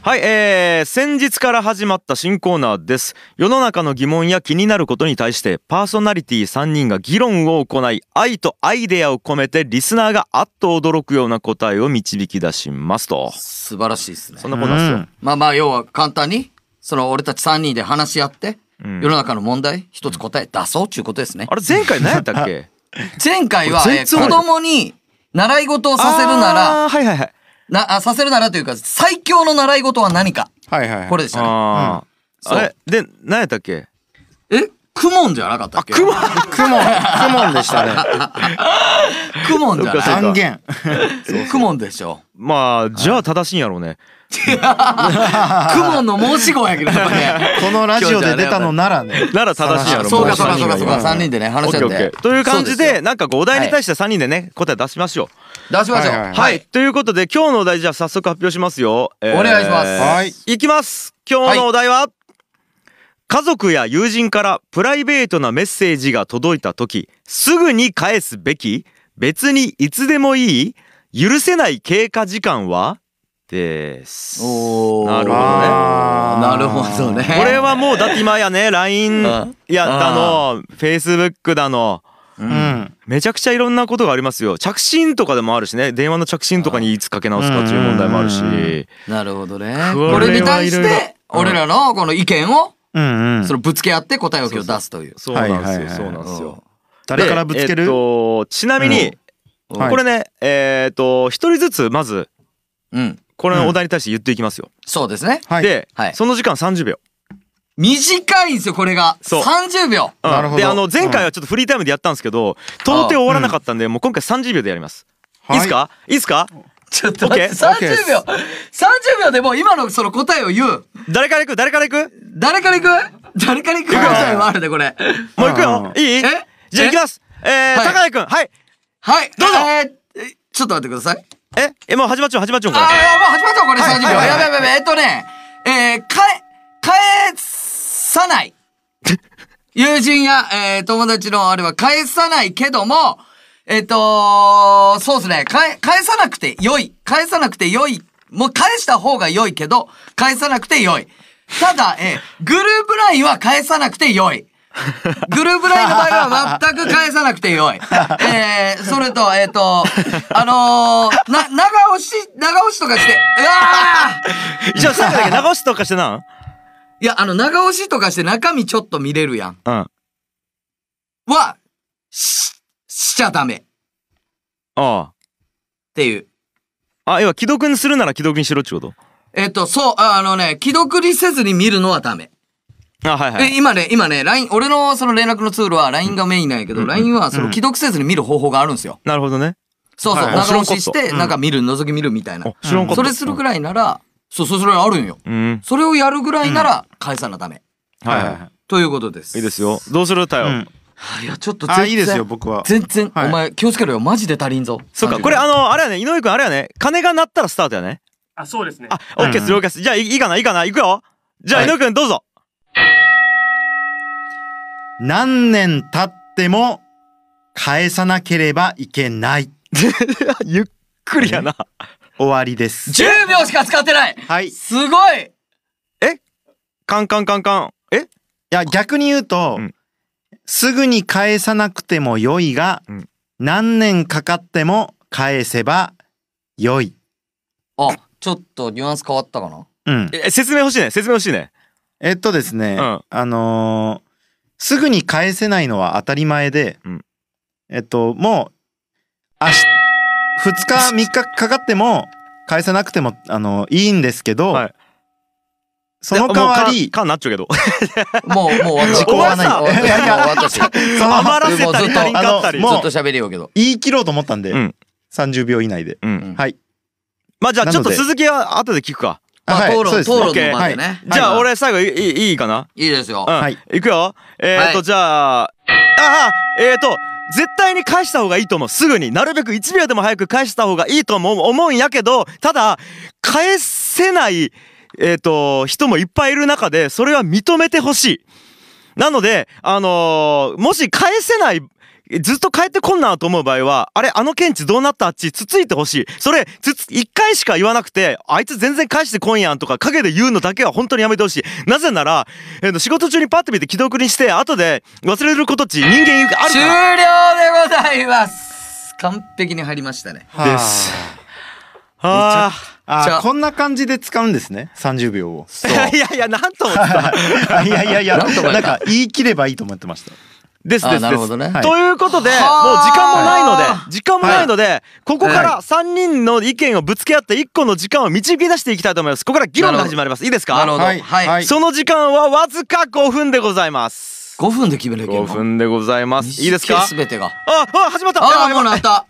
Speaker 1: はい、えー、先日から始まった新コーナーです。世の中の疑問や気になることに対して、パーソナリティ3人が議論を行い、愛とアイデアを込めて、リスナーがあっと驚くような答えを導き出しますと。
Speaker 3: 素晴らしいですね
Speaker 1: そん。なコーナーですよ。
Speaker 3: まあまあ、要は簡単に、その俺たち3人で話し合って、
Speaker 1: うん
Speaker 3: 世の中の問題、一つ答え出そうっていうことですね
Speaker 1: あ。れ、前回何やったっけ
Speaker 3: 前回は、
Speaker 1: 全
Speaker 3: え
Speaker 1: 然
Speaker 3: ー子供に習い事を させるなら、
Speaker 1: あーはいはいはい。
Speaker 3: なあさせるならというか、最強の習い事は何か。
Speaker 2: はいはいはい。
Speaker 3: これでしたね。
Speaker 1: あー、
Speaker 3: うん
Speaker 1: あれ、で、何やったっけ
Speaker 3: えクモンじゃなかったっけクモン
Speaker 2: クモンクモンで したね。
Speaker 3: クモンじゃない
Speaker 2: 断言。
Speaker 3: クモンでしょ。
Speaker 1: まあ、じゃあ正しいんやろうね。
Speaker 3: クモンの申し子やけど、やっぱね。
Speaker 2: このラジオで出たのならね。
Speaker 1: なら正しいやろ。
Speaker 3: そう
Speaker 1: も
Speaker 3: かそうかそうかそうか、
Speaker 1: 三人が
Speaker 3: 3人でね、話し合
Speaker 1: オ
Speaker 3: っ
Speaker 1: ッケーオッ
Speaker 3: て
Speaker 1: ケ。ーという感じ
Speaker 3: そ
Speaker 1: で
Speaker 3: うすよ
Speaker 1: なんかこうお題に対して3人でね答え出しましょう
Speaker 3: 出しまし
Speaker 2: は
Speaker 3: ょう。
Speaker 2: いはい
Speaker 1: はい、。ということで今日のお題じゃあ早速発表しますよ、えー
Speaker 3: お願いします
Speaker 2: はい
Speaker 1: いきます今日のお題は、家族や友人からプライベートなメッセージが届いた時すぐに返すべき別にいつでもいい許せない経過時間はです
Speaker 3: おー
Speaker 1: なるほどね
Speaker 2: あー
Speaker 3: なるほどね。
Speaker 1: これはもうだって今やね LINE
Speaker 3: うん
Speaker 1: やったの Facebook だの
Speaker 3: う、
Speaker 2: うんん。
Speaker 1: めちゃくちゃいろんなことがありますよ着信とかでもあるしね電話の着信とかにいつかけ直すかっていう問題もあるし
Speaker 2: うんうんうんうん
Speaker 3: なるほどね。
Speaker 1: これは
Speaker 3: これに対し
Speaker 1: いろい
Speaker 3: て、俺らのこの意見を、
Speaker 2: うんうん
Speaker 3: そ。のぶつけ合って答えを今日出すという。
Speaker 1: そうなん
Speaker 2: はい
Speaker 1: で
Speaker 2: は
Speaker 1: す
Speaker 2: い
Speaker 1: よ
Speaker 2: はい
Speaker 1: そうなんですよ
Speaker 2: 誰からぶつけ
Speaker 1: でえっ
Speaker 2: る？
Speaker 1: とちなみに
Speaker 3: うん
Speaker 2: はい
Speaker 1: これねえっと一人ずつまず
Speaker 3: うん。
Speaker 1: これのお題に対して言っていきますよ
Speaker 3: そうですね。
Speaker 2: はい。
Speaker 1: で
Speaker 3: はい
Speaker 1: その時間30秒
Speaker 3: 短いんですよ、これが。
Speaker 1: そう
Speaker 3: 30秒。
Speaker 1: うん
Speaker 2: なるほど
Speaker 1: であの前回はちょっとフリータイムでやったんですけど到底終わらなかったんでもう今回30秒でやりますいいっすかいいっすか
Speaker 3: ちょっと待って、
Speaker 2: オッケー
Speaker 3: 30秒。30秒でもう今のその答えを言う。
Speaker 1: 誰から行く誰から行く
Speaker 3: 誰から行く誰から行く答えもあるね、これ。
Speaker 1: もう行くよ
Speaker 2: う
Speaker 1: いい
Speaker 3: え
Speaker 1: じゃあ行きますえー
Speaker 3: はい
Speaker 1: 高谷くんはい
Speaker 3: はい。
Speaker 1: どうぞ
Speaker 3: えーえちょっと待ってください。
Speaker 1: ええもう始まっちゃう始まっちゃうこ
Speaker 3: あ
Speaker 1: れ
Speaker 3: あ、もう始まっちゃう、これ
Speaker 1: はい
Speaker 3: 30秒。
Speaker 1: はい
Speaker 3: やべやべやべ。えっとね、えー、かえ、返さない。友人や、えー、友達のあれは返さないけども、えっ、とそうですね。返、返さなくて良い。返さなくて良い。もう返した方が良いけど、返さなくて良い。ただ、えー、グループラインは返さなくて良い。グループラインの場合は全く返さなく てよい。えー、それと、えっ、と、あのー、な、長押し、長押しとかして、うわー
Speaker 1: じゃあ最後だけ長押しとかしてなん
Speaker 3: いや、あの、長押しとかして中身ちょっと見れるやん。
Speaker 1: うん。
Speaker 3: は、し、しちゃダメ。っ
Speaker 1: あ
Speaker 3: ていう。
Speaker 1: あ。あ、要は既読にするなら既読にしろっちゅうこ
Speaker 3: えっ、と、そう、ああのね、既読にせずに見るのはダメ。
Speaker 1: と。あ、はいは
Speaker 3: え、
Speaker 1: い。
Speaker 3: 今ね、今ね、LINE、俺のその連絡のツールは LINE がメインなんやけど、LINE はその既読せずに見る方法があるんですよ。
Speaker 1: なるほどね。
Speaker 3: そうそう、
Speaker 1: はい
Speaker 3: 長押しして、なんか見る、覗き見るみたいな
Speaker 1: あ。、知らんかった。
Speaker 3: それするくらいなら、そう、そうそれあるんよ。
Speaker 1: うん
Speaker 3: それをやるぐらいなら返さなダメ。
Speaker 1: はい
Speaker 2: はいは
Speaker 1: は
Speaker 3: ということです。
Speaker 1: いいいですよどうするだ
Speaker 2: い
Speaker 1: よ、
Speaker 2: うん
Speaker 3: あ。いや、ちょっと全
Speaker 2: あ
Speaker 3: 然。
Speaker 2: いいですよ僕は
Speaker 3: 全然、
Speaker 2: はい
Speaker 3: お前気をつけろよ。マジで足りんぞ。
Speaker 1: そうかこれあのあれやね井上くんあれやね鐘が鳴ったらスタートやね
Speaker 6: あ、そうですね。
Speaker 1: あオッケーするオッケーするじゃあいいいかないいかな行くよじゃあ
Speaker 2: は
Speaker 1: 井
Speaker 2: い
Speaker 1: 上くんどうぞ
Speaker 2: 何年経っても返さなければいけない
Speaker 1: ゆっくりやな
Speaker 2: 終わりです
Speaker 3: 10秒しか使ってない
Speaker 2: はいい
Speaker 3: すごい
Speaker 1: カンカンカンカンえ
Speaker 2: や逆に言うと、
Speaker 1: うん
Speaker 2: すぐに返さなくても良いが、
Speaker 1: うん
Speaker 2: 何年かかっても返せば良い
Speaker 3: あ、ちょっとニュアンス変わったかな
Speaker 2: うん
Speaker 1: え説明欲しいね説明欲しいね
Speaker 2: えっとですね、
Speaker 1: うん
Speaker 2: あのーすぐに返せないのは当たり前で、
Speaker 1: うん
Speaker 2: えっともう明日2日3日かかっても返さなくてもあのいいんですけど、
Speaker 1: はい
Speaker 2: その代わり
Speaker 1: カンなっちゃうけど
Speaker 3: もう、もう私、
Speaker 2: 時効はない
Speaker 3: もう私
Speaker 2: いやいや
Speaker 3: もう私、
Speaker 2: その
Speaker 1: 余らせたり足りんかったり
Speaker 2: あの
Speaker 3: ず
Speaker 2: も
Speaker 3: っと喋りようけど。
Speaker 2: 言い切ろうと思ったんで、
Speaker 1: うん
Speaker 2: 30秒以内で、
Speaker 1: うん
Speaker 3: ん
Speaker 2: はい
Speaker 1: まあじゃあちょっと
Speaker 2: なので
Speaker 1: 続きは後で聞くか
Speaker 2: あ
Speaker 3: まあ、
Speaker 2: はい
Speaker 3: 討論、
Speaker 2: そうですね
Speaker 3: 討論の場でね。
Speaker 1: じゃあ
Speaker 3: はい、
Speaker 1: 俺最後いいいいかない
Speaker 3: いですよ
Speaker 1: う。ん、
Speaker 2: はいい、
Speaker 1: くよえっ、ー、と、
Speaker 3: はい
Speaker 1: じゃあああえっ、ー、と絶対に返した方がいいと思うすぐになるべく1秒でも早く返した方がいいと思う思うんやけどただ返せないえっ、ー、と人もいっぱいいる中でそれは認めてほしいなのであのーもし返せないずっと帰ってこんなと思う場合は、あれ、あの検知どうなったあっち、つついてほしい。それ、つつ、一回しか言わなくて、あいつ全然返してこんやんとか、陰で言うのだけは本当にやめてほしい。なぜなら、えーと仕事中にパッと見て既読にして、後で忘れることっち人間ある
Speaker 3: 終
Speaker 1: か
Speaker 3: 了
Speaker 1: ら。
Speaker 3: でございます完璧に入りましたね。
Speaker 1: です
Speaker 3: ゃ
Speaker 1: あ
Speaker 3: じゃ
Speaker 2: あ
Speaker 3: あ
Speaker 2: ーこんな感じで使うんですね30秒を
Speaker 1: あ。いやいや、なん とも言ってた。
Speaker 2: あいやいやいや
Speaker 3: なんとか言
Speaker 2: な
Speaker 3: っ
Speaker 2: ん
Speaker 3: た
Speaker 2: か言い切ればいいと思ってました
Speaker 1: です
Speaker 3: あ
Speaker 1: で
Speaker 3: ー
Speaker 1: す
Speaker 3: な
Speaker 1: で
Speaker 3: るほど
Speaker 1: す。
Speaker 3: ね。
Speaker 2: はい
Speaker 1: ということで、もう時
Speaker 3: はー
Speaker 1: 間もないので、時間もないので、ここから3人の意見をぶつけ合って、1個の時間を導き出していきたいと思います。ここから議論が始まります。いいですか
Speaker 3: なるほど。は。
Speaker 2: はいい
Speaker 3: は
Speaker 2: はいい
Speaker 1: その時間はわずか5分でございます。
Speaker 3: 5分で決めるけど。
Speaker 1: 5分でございます。いいですか
Speaker 3: すべてが。
Speaker 1: あ、あ、始まった
Speaker 3: ああ、
Speaker 1: や
Speaker 3: もう
Speaker 1: ばいやば
Speaker 3: ないった。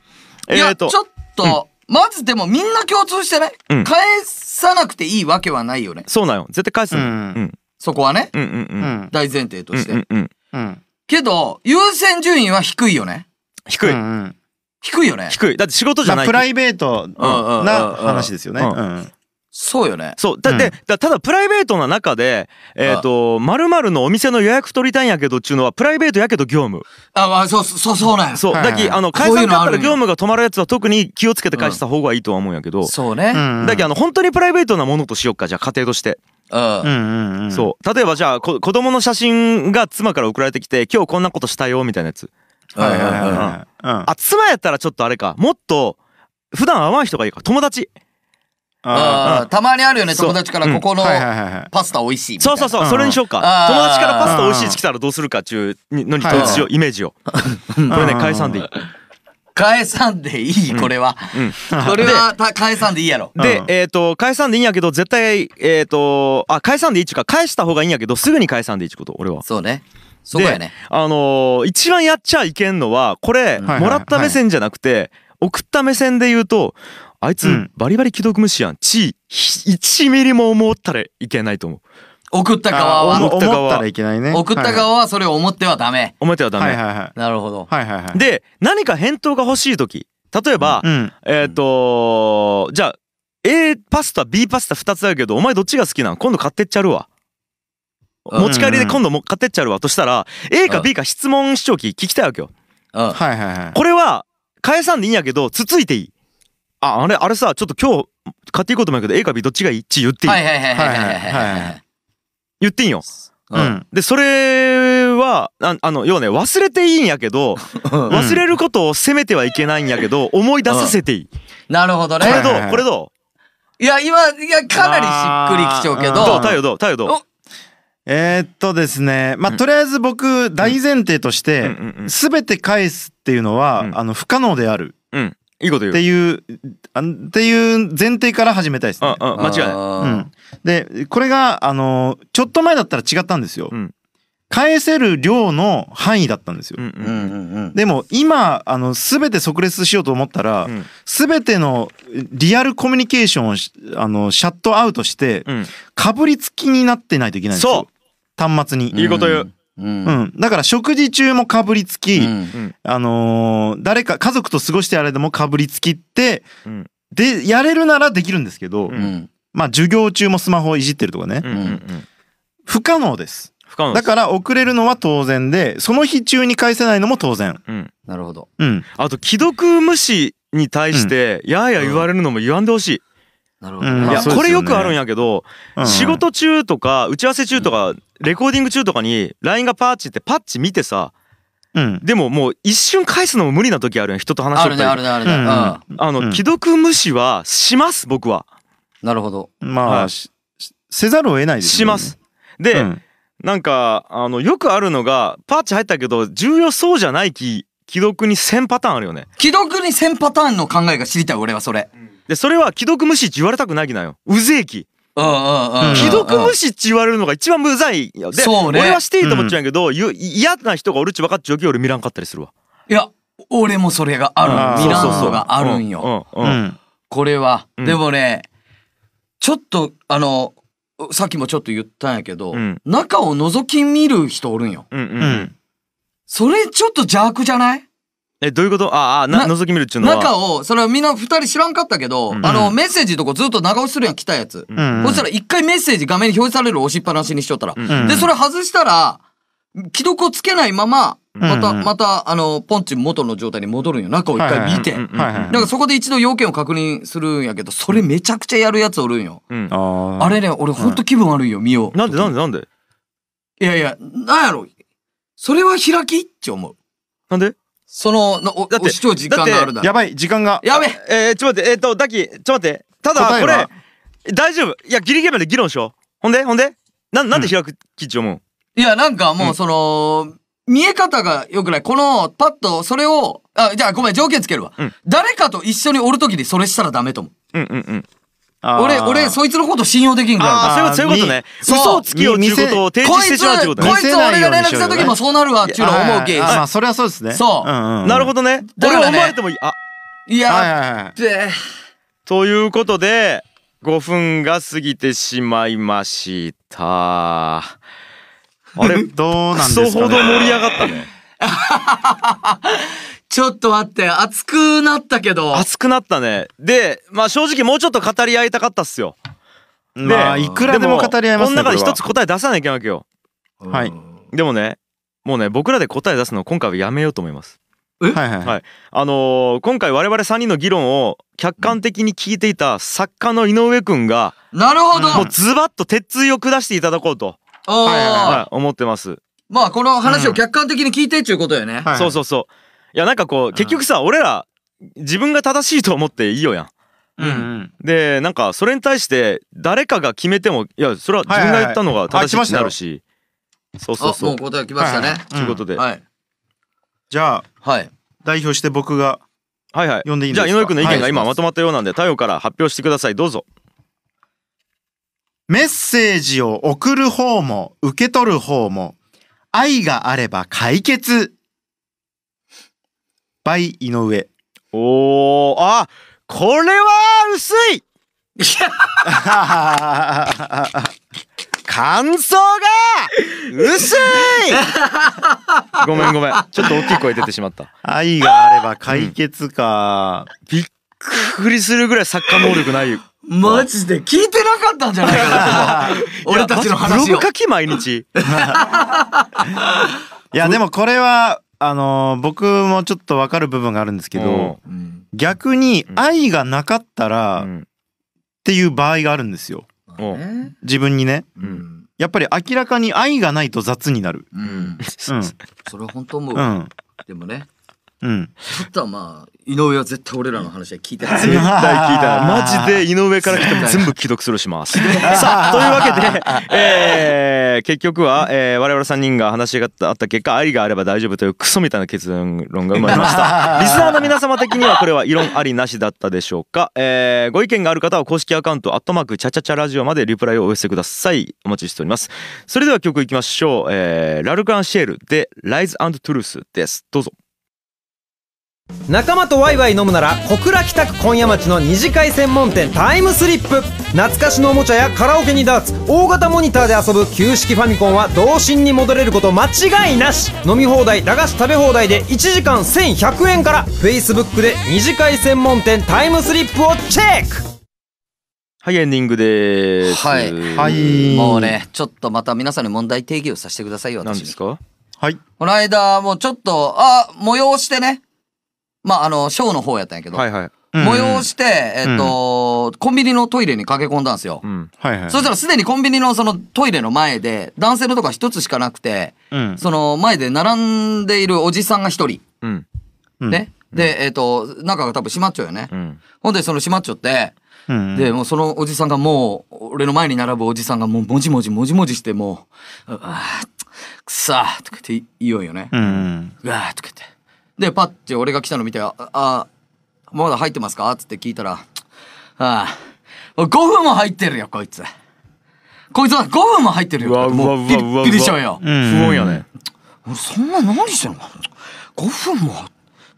Speaker 3: い
Speaker 1: え
Speaker 3: や、
Speaker 1: ー
Speaker 3: ちょ
Speaker 1: と
Speaker 3: っ、と、まずでもみんな共通してね、
Speaker 1: うん
Speaker 3: 返さなくていいわけはないよね。
Speaker 1: そうなんよ。絶対返すのよ。う
Speaker 2: うんん。
Speaker 3: そこはね。
Speaker 1: うんうんう。
Speaker 2: うんん
Speaker 3: 大前提と
Speaker 1: うん
Speaker 3: して。
Speaker 1: うんうん。
Speaker 2: うん
Speaker 3: けど、優先順位は低いよね。
Speaker 1: 低
Speaker 2: う
Speaker 1: い。
Speaker 2: んうん
Speaker 3: 低いよね。
Speaker 1: 低い。だって仕事じゃ
Speaker 2: ま
Speaker 1: な
Speaker 2: あ
Speaker 1: い。
Speaker 2: プライベート
Speaker 3: うんうん
Speaker 2: な話ですよね
Speaker 1: う
Speaker 2: うんん
Speaker 3: そうよね。
Speaker 1: そう。だって、
Speaker 2: うん
Speaker 1: だただプライベートな中で、えっ、と、まるのお店の予約取りたいんやけどっちゅうのは、プライベートやけど業務。
Speaker 3: あ、まあ、そう、そう、そうなんや。
Speaker 1: そう。
Speaker 2: はいはい
Speaker 1: だき、あの、
Speaker 3: こうい
Speaker 1: 解
Speaker 3: うの
Speaker 1: 散だ
Speaker 3: あ
Speaker 1: ったら
Speaker 3: るんや
Speaker 1: 業務が止まるやつは特に気をつけて返した方がいいとは思うんやけど。
Speaker 3: そうね。
Speaker 2: うん
Speaker 1: だけあの、本当にプライベートなものとしよっか、じゃあ家庭として。
Speaker 3: うん。
Speaker 2: うんうんうん
Speaker 1: そう例えばじゃあこ子供の写真が妻から送られてきて今日こんなことしたよみたいなやつ
Speaker 2: はいはいはいはいうん
Speaker 1: あ妻やったらちょっとあれかもっと普段会わん人がいいか友達
Speaker 2: あ
Speaker 3: うんたまにあるよね、
Speaker 1: そう
Speaker 3: 友達からここ
Speaker 2: ー
Speaker 3: の
Speaker 2: はいはいはいはい
Speaker 3: パスタ美味しいみたい
Speaker 1: そ
Speaker 3: な。
Speaker 1: うそうそう
Speaker 2: うん
Speaker 1: それにしようか
Speaker 3: あー
Speaker 1: 友達からパスタ美味しいって来たらどうするかっちゅうのに統一しようイメージをこれね解散でいい
Speaker 3: 返さんでいい、これは。
Speaker 1: うん
Speaker 3: これはた返さんでいいやろ。
Speaker 1: で
Speaker 2: うん
Speaker 1: えっと解散でいいんやけど絶対えっとあ解散でいいっちゅうか返した方がいいんやけどすぐに解散でいいっちゅうこと俺は
Speaker 3: そうね。そこやね
Speaker 1: で。あのー一番やっちゃいけんのはこれ、
Speaker 2: はい
Speaker 1: もらった目線じゃなくて、送った目線で言うとあいつ、
Speaker 2: うん
Speaker 1: バリバリ既読無視やん地1ミリも思ったらいけないと思う
Speaker 3: 送った側
Speaker 2: あー
Speaker 3: は、
Speaker 2: 思
Speaker 1: 思っ
Speaker 2: っ
Speaker 1: た側
Speaker 2: たらいけないね
Speaker 3: 送った側はそれを思ってはダメ。
Speaker 1: 思ってはダメ、
Speaker 2: はいはいはいはい
Speaker 3: なるほど。
Speaker 2: はいはいはい
Speaker 1: で何か返答が欲しい時例えば、
Speaker 2: うん
Speaker 1: えっ、とじゃあ A パスタ B パスタ2つあるけどお前どっちが好きなん今度買ってっちゃるわ
Speaker 3: うん
Speaker 1: 持ち帰りで今度も買ってっちゃるわとしたら A か B か質問視聴器聞きたいわけよ
Speaker 3: うん。
Speaker 2: はいはいはい
Speaker 1: これは返さんでいいんやけどつついていいああれあれさちょっと今日買っていこうと思うんやけど A か B どっちがいいって言っていい、
Speaker 3: はいはいはいはいはいはい
Speaker 2: はい
Speaker 3: は
Speaker 2: はいい。
Speaker 1: 言っていいんよ
Speaker 2: う
Speaker 3: うん
Speaker 2: ん
Speaker 1: でそれはああの要はね忘れていいんやけど忘れることを責めてはいけないんやけど思い出させていい、
Speaker 3: なるほどね
Speaker 1: こ。れど
Speaker 2: はいはいう
Speaker 1: これど
Speaker 3: いや、今、いや、かなりしっくりきちゃうけ
Speaker 1: うどう
Speaker 3: ど。
Speaker 1: 太陽どう太陽どう
Speaker 3: お
Speaker 2: えーっとですねまあ
Speaker 1: うん
Speaker 2: とりあえず僕大前提とし
Speaker 1: うん
Speaker 2: て
Speaker 1: うんうん
Speaker 2: 全て返すっていうのは
Speaker 1: うん
Speaker 2: あの不可能である
Speaker 1: うんいいこと言
Speaker 2: って
Speaker 1: う
Speaker 2: いうあんっていう前提から始めたいです
Speaker 1: うん
Speaker 2: ね
Speaker 1: うん間違いない
Speaker 2: うん、でこれがあのーちょっと前だったら違ったんですよ、
Speaker 1: うん
Speaker 2: 返せる量の範囲だったんですよ。
Speaker 1: うん
Speaker 6: う
Speaker 1: うん
Speaker 6: んうんうん。
Speaker 2: でも今あの全て即列しようと思ったら、
Speaker 1: うん
Speaker 2: 全てのリアルコミュニケーションをしあのシャットアウトして、
Speaker 1: うん
Speaker 2: かぶりつきになってないといけないんですよ。
Speaker 1: そう
Speaker 2: 端末に。
Speaker 1: いいこと言う
Speaker 6: うん。
Speaker 2: う
Speaker 6: うん。
Speaker 2: ん、だから食事中もかぶりつき、
Speaker 6: うん
Speaker 2: あのー誰か家族と過ごしてあれでもかぶりつきって、
Speaker 1: うん
Speaker 2: でやれるならできるんですけど、
Speaker 1: う
Speaker 6: うん。
Speaker 2: まあ授業中もスマホをいじってるとかね、
Speaker 1: うんうんうん
Speaker 2: 不可能です
Speaker 1: 不可能で
Speaker 2: だ
Speaker 1: す
Speaker 2: から遅れるのは当然でその日中に返せないのも当然
Speaker 1: うん
Speaker 6: なるほど。
Speaker 2: うん
Speaker 1: あと既読無視に対してやや言われるのも言わんでほしい
Speaker 6: なるほ
Speaker 2: う
Speaker 6: ど。
Speaker 2: ん
Speaker 1: い
Speaker 2: まあ
Speaker 1: や
Speaker 2: そうで
Speaker 1: こ
Speaker 2: す
Speaker 1: れ
Speaker 2: よ
Speaker 1: よ
Speaker 2: ね
Speaker 1: くあるんやけど
Speaker 2: うん
Speaker 1: 仕事中とか打ち合わせ中とかレコーディング中とかに LINE がパッチってパッチ見てさ
Speaker 2: うん
Speaker 1: でももう一瞬返すのも無理な時あるやん人と話し
Speaker 6: あ
Speaker 1: と
Speaker 6: る
Speaker 1: っ
Speaker 6: ね、
Speaker 1: た
Speaker 6: あ
Speaker 1: り
Speaker 6: るね、あるね。うん。
Speaker 1: あ
Speaker 2: う
Speaker 1: の
Speaker 2: ん
Speaker 1: 既読無視はします僕は
Speaker 6: なるほど。
Speaker 2: まあ、
Speaker 1: はい
Speaker 2: ししせざるを得ないです
Speaker 1: し
Speaker 2: よね
Speaker 1: ますで
Speaker 2: うん
Speaker 1: なんかあのよくあるのがパッチ入ったけど重要そうじゃない気既読に1000パターンあるよね
Speaker 3: 既読に1000パターンの考えが知りたい、俺はそれ。
Speaker 1: でそれは既読無視って言われたくない気なんようぜえ気
Speaker 3: うんうんうん。
Speaker 1: 既
Speaker 2: 既
Speaker 1: 読無
Speaker 3: 視
Speaker 1: 視って言われるのが一番むざいよで
Speaker 3: そうね
Speaker 1: 俺はしていいと思っちゃうんやけどゆ嫌な人がおるっち分かっちゃうけど俺見らんかったりするわ
Speaker 3: いや、俺もそれがあ
Speaker 2: あ
Speaker 3: る。
Speaker 2: ー
Speaker 3: ミラン
Speaker 2: そうそうそ
Speaker 3: ド
Speaker 2: う
Speaker 3: があるんよ。
Speaker 1: う
Speaker 2: う
Speaker 1: う
Speaker 2: ん
Speaker 1: んうん
Speaker 2: ん
Speaker 3: これは。
Speaker 1: うん
Speaker 3: でもね、ちょっと、あの、さっきもちょっと言ったんやけど、
Speaker 1: うん
Speaker 3: 中を覗き見る人おるんよ。
Speaker 1: うんうん
Speaker 2: う
Speaker 1: うん
Speaker 2: ん
Speaker 3: それちょっと邪悪じゃない
Speaker 1: えどういうことああな
Speaker 3: な
Speaker 1: 覗き見るっちゅうのは
Speaker 3: 中を、それはみんな二人知らんかったけど、
Speaker 1: うん
Speaker 3: あの、メッセージとかずっと長押しするやん、来たやつ。
Speaker 2: うん
Speaker 3: そしたら一回メッセージ画面に表示される押しっぱなしにしとったら。
Speaker 1: うん
Speaker 3: で、それ外したら、既読をつけないまま、また、
Speaker 2: うん
Speaker 3: また、あの、ポンチ元の状態に戻るんよ。中を一回見て。
Speaker 1: うんうん
Speaker 2: はいはい
Speaker 3: だからそこで一度要件を確認するんやけど、それめちゃくちゃやるやつおるんよ。
Speaker 1: うん
Speaker 2: あー
Speaker 3: あれね、俺ほんと気分悪いよ、見よう。
Speaker 1: なんでなんでなんで
Speaker 3: いやいや、なんやろ。それは開きって思う。
Speaker 1: なんで
Speaker 3: その、のお
Speaker 1: だって
Speaker 3: お視聴時間があるだ
Speaker 2: やばい時間が
Speaker 3: やべえ
Speaker 1: えー、ちょっと待ってえー、っとダキちょっと待ってた
Speaker 2: 答
Speaker 1: だ
Speaker 2: え
Speaker 1: これ
Speaker 2: は
Speaker 1: 大丈夫いやギリギリまで議論しようほんでほんでなんなんで開くきっち思う
Speaker 3: いや、なんかもうその、見え方が良くない。この、パッと、それを、あ、じゃあごめん、条件つけるわ。
Speaker 1: うん
Speaker 3: 誰かと一緒におるときにそれしたらダメと思う。
Speaker 1: うんうんうん
Speaker 2: あー
Speaker 3: 俺、俺、そいつのこと信用できんか
Speaker 1: ああーそういうことそういうことね
Speaker 3: そう
Speaker 1: 嘘をつきようっちゅうことを
Speaker 3: ら。
Speaker 1: 提
Speaker 3: こ
Speaker 1: 示して
Speaker 3: いつ、
Speaker 1: しまうっちゅう
Speaker 3: こ
Speaker 1: こと
Speaker 2: ね
Speaker 1: ね
Speaker 3: いつ俺が連絡したときもそうなるわっちゅうの思うけ。
Speaker 2: あーま
Speaker 3: い
Speaker 2: あそれはそうですね
Speaker 3: そう
Speaker 2: うんうん
Speaker 1: なるほどね
Speaker 3: だ
Speaker 1: 俺
Speaker 3: から
Speaker 1: は思
Speaker 3: ね
Speaker 1: われてもいいあ
Speaker 2: はい
Speaker 3: や、
Speaker 2: はいはい
Speaker 3: で、
Speaker 1: ということで5分が過ぎてしまいましたあ れ
Speaker 2: どう
Speaker 1: ク
Speaker 2: なん
Speaker 1: ソ
Speaker 2: です
Speaker 1: ほ
Speaker 2: か
Speaker 1: ど盛り
Speaker 2: ね
Speaker 1: 上がったね
Speaker 3: ちょっと待って、熱くなったけど。
Speaker 1: 熱くなったねでまあ正直もうちょっと語り合いたかったっすよ
Speaker 2: まあいくらでも語り合いますね
Speaker 1: この中で
Speaker 2: これは
Speaker 1: 一つ答え出さなきゃいけないわけよ
Speaker 2: はい
Speaker 1: でもねもうね僕らで答え出すの今回はやめようと思います
Speaker 2: はいはい
Speaker 1: はいあのー今回我々3人の議論を客観的に聞いていた作家の井上くんが
Speaker 3: なるほど。
Speaker 1: もうズバッと鉄槌を下していただこうと、
Speaker 3: おー
Speaker 2: はいはいは
Speaker 1: はい、思ってます
Speaker 3: まあ、この話を客観的に聞いてっちゅうことよね。
Speaker 2: はい
Speaker 1: そうそうそう。いやなんかこう結局さ俺ら自分が正しいと思っていいよやん。
Speaker 2: うんうん
Speaker 1: でなんかそれに対して誰かが決めてもいやそれは自分が言ったのが正しいってなるし。そうそう
Speaker 3: あ、
Speaker 1: そ
Speaker 3: も
Speaker 1: う
Speaker 3: う。答え来ましたね。
Speaker 1: ということで。は
Speaker 3: はい。
Speaker 2: じゃあ
Speaker 3: はい。
Speaker 2: 代表して僕が
Speaker 1: いはい。
Speaker 2: 呼んでいいん
Speaker 1: じ
Speaker 2: です
Speaker 1: ゃ
Speaker 2: か
Speaker 1: あ井上君の意見
Speaker 2: は
Speaker 1: が
Speaker 2: い
Speaker 1: 今まとまったようなんで太陽から発表してくださいどうぞ。
Speaker 2: メッセージを送る方も受け取る方も愛があれば解決 by 井上
Speaker 1: おおあこれは薄い感想が薄い ごめんごめんちょっと大きい声出てしまった。
Speaker 2: 愛があれば解決か、
Speaker 1: びっくりするぐらい作家能力ない。
Speaker 3: マジで聞いてなかったんじゃないかなと思う俺たち の
Speaker 1: い
Speaker 3: 話
Speaker 1: や
Speaker 3: を
Speaker 1: ブログ。書き毎日。
Speaker 2: いやでもこれはあのー僕もちょっとわかる部分があるんですけど、
Speaker 3: うん
Speaker 2: 逆に
Speaker 1: うん
Speaker 2: 愛がなかった
Speaker 1: う
Speaker 2: らっ
Speaker 1: ん
Speaker 2: ていう場合があるんですよ
Speaker 1: おう
Speaker 3: ね
Speaker 2: 自分にね
Speaker 3: うん。
Speaker 2: やっぱり明らかに愛がないと雑になる
Speaker 3: うん。
Speaker 2: うん、
Speaker 3: それは本当思
Speaker 2: う
Speaker 3: う。
Speaker 2: ん、
Speaker 3: でもね。
Speaker 2: うん。
Speaker 3: ちょっとはまあ、井上は絶対俺らの話は聞いてない。
Speaker 1: 絶対聞いたマジで井上から来ても全部既読するしますさあというわけで、えー結局は、えー我々3人が話し合ったあった結果愛があれば大丈夫というクソみたいな結論が生まれました リスナーの皆様的にはこれは異論ありなしだったでしょうか、えーご意見がある方は公式アカウント「アットマークチャチャチャラジオ」までリプライをお寄せくださいお待ちしておりますそれでは曲いきましょう、えーラルカンシェールで「ライズトゥルース」ですどうぞ
Speaker 5: 仲間とワイワイ飲むなら小倉北区今夜町の二次会専門店タイムスリップ懐かしのおもちゃやカラオケにダーツ大型モニターで遊ぶ旧式ファミコンは童心に戻れること間違いなし飲み放題駄菓子食べ放題で1時間1100円から Facebook で二次会専門店タイムスリップをチェック
Speaker 1: はいエンディングです
Speaker 3: はい
Speaker 2: はい
Speaker 3: もうね、ちょっとまた皆さんに問題定義をさせてくださいよ、
Speaker 1: 何
Speaker 3: 私
Speaker 1: で
Speaker 3: に
Speaker 1: す。か
Speaker 2: はい。
Speaker 3: この間、もうちょっと、あ、催してね。まあ、あの、ショーの方やったんやけど、
Speaker 1: はいはい
Speaker 2: うん
Speaker 3: 催して、えっ、と、コンビニのトイレに駆け込んだんですよ。
Speaker 1: うん
Speaker 2: はいはい。
Speaker 3: そしたらすでにコンビニのそのトイレの前で、男性のとこは一つしかなくて、
Speaker 2: うん。
Speaker 3: その前で並んでいるおじさんが一人。
Speaker 1: うん
Speaker 2: うん
Speaker 3: ね。で、えっ、と、中が多分閉まっちゃうよね。
Speaker 1: うん
Speaker 3: ほんで、その閉まっちゃって、
Speaker 2: うん。
Speaker 3: で、もうそのおじさんがもう、俺の前に並ぶおじさんがもう、もじもじもじもじして、もう、うわーくさーとか言って言うんよね。
Speaker 2: うん。
Speaker 3: うわーとか言って。で、パッて俺が来たの見て、あ、あまだ入ってますかつって聞いたら、ああ、5分も入ってるよ、こいつ。こいつは5分も入ってるよ。
Speaker 1: うわうわ
Speaker 3: も
Speaker 1: うわうわ
Speaker 3: ピリピリしちゃうよ。
Speaker 1: 不穏やね
Speaker 3: 俺そんな何してんの ?5 分も。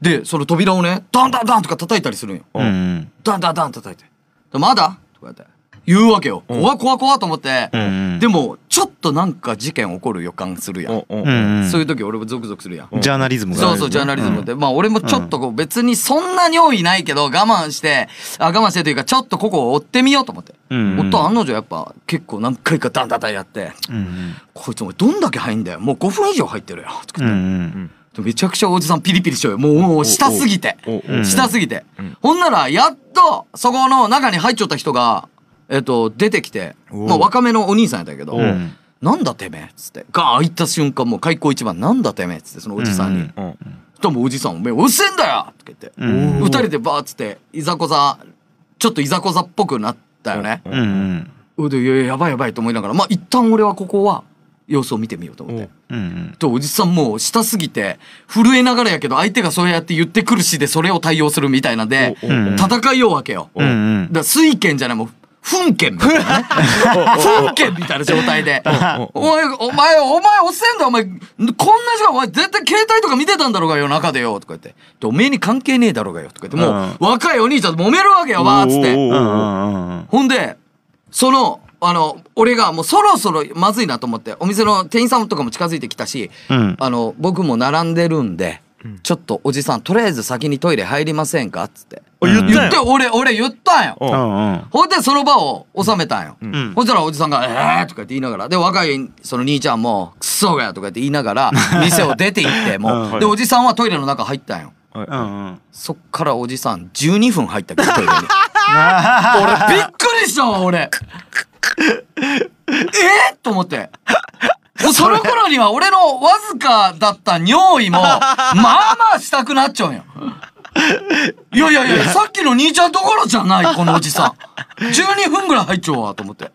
Speaker 3: で、その扉をね、ダンダンダンとか叩いたりするんよ。
Speaker 2: うん。うん。
Speaker 3: ダンダンダン叩いて。でまだとか言って。言うわけよ。怖怖怖と思って。
Speaker 2: ん
Speaker 3: でも、ちょっとなんか事件起こる予感するやん。
Speaker 1: おお
Speaker 2: うん。
Speaker 3: そういう時俺もゾクゾクするやん。
Speaker 2: ジャーナリズムがあるよ
Speaker 3: そう
Speaker 2: ね。
Speaker 3: そう、ジャーナリズム
Speaker 2: うん
Speaker 3: で。まあ俺もちょっとこう別にそんなに用意ないけど我慢して、あ我慢してというかちょっとここを追ってみようと思って。
Speaker 2: うん
Speaker 3: 夫は案の定やっぱ結構何回かダンダンダンやって、
Speaker 2: うん。
Speaker 3: こいつお前どんだけ入んだよ。もう5分以上入ってるよ。とか
Speaker 2: うん。う
Speaker 3: 言って
Speaker 2: ん。
Speaker 3: めちゃくちゃおじさんピリピリしようよ。もう、もう、下すぎて
Speaker 1: おお。
Speaker 2: お
Speaker 3: 下すぎて
Speaker 1: ん。
Speaker 3: ほんなら、やっと、そこの中に入っちゃった人が、えっと、出てきて、
Speaker 1: お
Speaker 3: まあ、若めのお兄さんやったけど
Speaker 1: お、
Speaker 2: うん
Speaker 3: なんだてめえっつって、ガー開いた瞬間、もう開口一番、なんだてめえっつって、そのおじさん
Speaker 2: う
Speaker 3: に
Speaker 2: ん。
Speaker 1: うん
Speaker 3: ともうおじさん、おめえ、うっせえんだよとか言って、
Speaker 2: うん
Speaker 3: 二人でバーっつって、いざこざ、ちょっといざこざっぽくなったよね。
Speaker 2: うん。
Speaker 3: で、いやいややばいやばいと思いながら、まあ、一旦俺はここは、様子を見てみようと思って。
Speaker 2: うん。
Speaker 3: とおじさんもう下すぎて震えながらやけど相手がそうやって言ってくるしでそれを対応するみたいなんで
Speaker 1: お
Speaker 2: う
Speaker 1: お
Speaker 2: ん。
Speaker 3: 戦いようわけよ。
Speaker 2: うんうん
Speaker 3: だから水拳じゃないもう噴剣みたいなね。噴剣みたいな状態で。お前、お前、お前おっせんだよお前、こんな時間お前絶対携帯とか見てたんだろうがよ、中でよ、とか言って。で、おめえに関係ねえだろうがよ、とか言って。もう、若いお兄ちゃんと揉めるわけよ、わーっつって。
Speaker 1: おお
Speaker 2: う
Speaker 1: おお
Speaker 2: ん。うん。
Speaker 3: ほんで、その、あの、俺がもうそろそろまずいなと思って、お店の店員さんとかも近づいてきたし、
Speaker 2: うん
Speaker 3: あの、僕も並んでるんで、ちょっとおじさん、とりあえず先にトイレ入りませんかっつって。
Speaker 1: お言った
Speaker 3: で、
Speaker 1: よ
Speaker 3: 俺、俺言ったんよ。
Speaker 1: お
Speaker 2: うん。
Speaker 3: ほんで、その場を収めたんよ。
Speaker 2: ん
Speaker 3: ほんしたらおじさんが、えーとか言って言いながら、で、若い、その兄ちゃんも、クソがやとか言って言いな がら、店を出て行って、も
Speaker 2: う
Speaker 3: う。
Speaker 2: ん
Speaker 3: で、おじさんはトイレの中入ったんよ。
Speaker 2: うんうん。
Speaker 3: そっからおじさん、12分入ったけど、トイレに。俺、びっくりしたわ、俺。えーと思って。もうその頃には俺のわずかだった尿意も、まあまあしたくなっちゃうんよ。いやいやいや、さっきの兄ちゃんどころじゃない、このおじさん。12分ぐらい入っちゃうわ、と思って。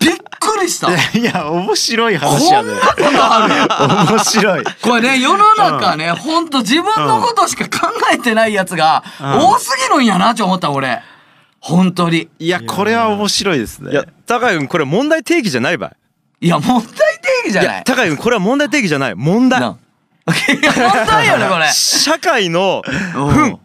Speaker 3: びっくりした。
Speaker 2: いや、面白い
Speaker 3: こん
Speaker 2: 話やね。
Speaker 3: なことある
Speaker 2: 面白い。
Speaker 3: これね、世の中ね、ほんと自分のことしか考えてないやつが多すぎるんやなって思った、俺。本当に。
Speaker 2: いや、これは面白いですね。
Speaker 1: いや高井君これ問題定義じゃないばい
Speaker 3: いや、問題定義じゃ
Speaker 1: い
Speaker 3: な
Speaker 1: や
Speaker 3: い。
Speaker 1: 高井君これは問題定義じゃない問題
Speaker 3: ないや問題よね、これ。
Speaker 1: 社会の
Speaker 3: うん。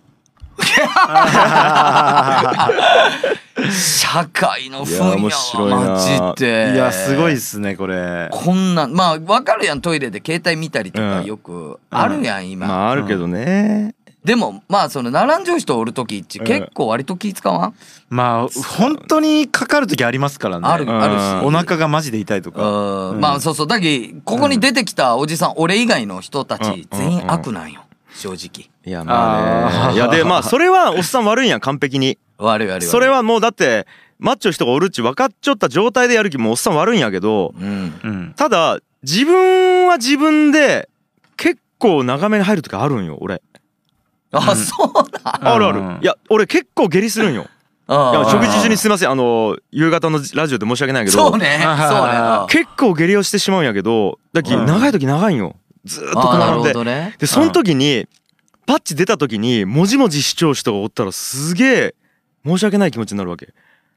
Speaker 3: 社会の
Speaker 1: いや
Speaker 3: 雰
Speaker 1: 面
Speaker 3: 囲
Speaker 1: 白い
Speaker 3: や
Speaker 1: な
Speaker 3: わマジで。
Speaker 2: いや、すごいですね、これ。
Speaker 3: こんなん、まあ、わかるやん、トイレで携帯見たりとか
Speaker 1: うん
Speaker 3: よくあるやん、今。
Speaker 1: まああるけどね
Speaker 3: でも、まあ、その、並んじゃう人おるときって結構割と気使わん
Speaker 2: まあ、本当にかかる時ありますからね。
Speaker 3: ある、
Speaker 1: ん
Speaker 3: あるし。
Speaker 2: お腹がマジで痛いとか。
Speaker 3: うんまあそうそうだけどここに出てきたおじさん、俺以外の人たち
Speaker 1: うん
Speaker 3: 全員悪なんよ正直
Speaker 1: いやまあ
Speaker 2: あー
Speaker 1: ねいやでまあそれはおっさん悪いんや完璧に
Speaker 3: 悪い悪い悪い
Speaker 1: それ、はもうだってマッチョ人がおるっち分かっちょった状態でやる気もおっさん悪いんやけど
Speaker 3: うん、
Speaker 2: うん。
Speaker 1: ただ自分は自分で結構長めに入る時あるんよ俺
Speaker 3: あ、そうだ。
Speaker 1: あるあ
Speaker 2: うん
Speaker 1: るいや俺結構下痢するんよいや
Speaker 3: あ
Speaker 1: 食事中にすいませんあの夕方のラジオで申し訳ないけど
Speaker 3: そうね。
Speaker 2: はいはいは
Speaker 3: そうね。
Speaker 1: 結構下痢をしてしまうんやけどだっけ
Speaker 2: うん
Speaker 1: 長い時長いんよずーっと
Speaker 3: あーなる
Speaker 1: 並ん
Speaker 3: ほ
Speaker 1: で
Speaker 3: どね。
Speaker 1: でその時にパッチ出た時にもじもじしちゃう人がおったらすげえ申し訳ない気持ちになるわけ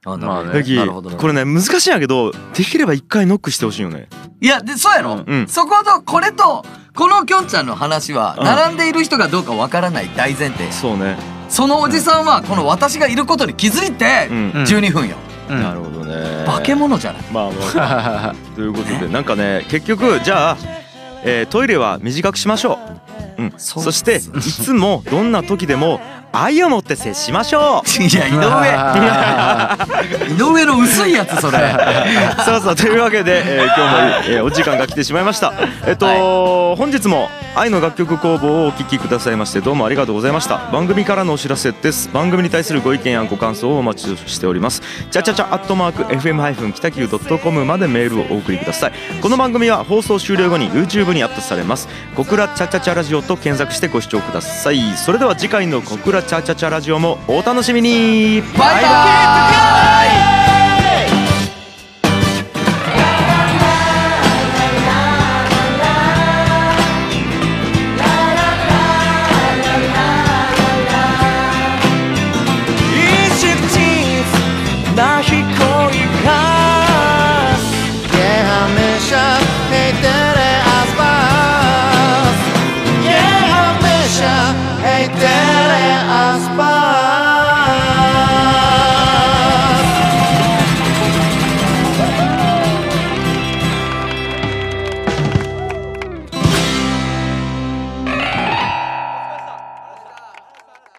Speaker 3: あ
Speaker 2: まあね
Speaker 3: な
Speaker 1: だ
Speaker 3: る
Speaker 1: き
Speaker 3: ほどね。
Speaker 1: これね難しいんやけどできれば一回ノックしてほしいよね
Speaker 3: いや、で、そうやろ
Speaker 1: う。ん
Speaker 3: そこと、これと、このきょんちゃんの話は、
Speaker 1: うん
Speaker 3: 並んでいる人がどうかわからない大前提。
Speaker 1: そうね
Speaker 3: そのおじさんは、この私がいることに気づいて
Speaker 1: う、ん
Speaker 2: うん
Speaker 3: 12分よ。
Speaker 2: うん
Speaker 1: なるほどね
Speaker 3: 化け物じゃない。
Speaker 1: まあまあということでなんか ね結局じゃあ、えートイレは短くしましょう、うん、
Speaker 3: そ
Speaker 1: そうしていつもどんな時でも愛を持って接しましょう
Speaker 3: いや、井上。井上の薄いやつ、それ。
Speaker 1: さあさあというわけで、えー今日も、えーお時間が来てしまいましたえっと、本日も愛の楽曲工房をお聴きくださいましてどうもありがとうございました番組からのお知らせです番組に対するご意見やご感想をお待ちしておりますチャチャチャアットマーク FM- 北九 .com までメールをお送りくださいこの番組は放送終了後に YouTube にアップされます「小倉チャチャチャラジオ」と検索してご視聴くださいそれでは次回の「小倉チャチャチャラジオ」もお楽しみに
Speaker 3: バイバイ
Speaker 6: 「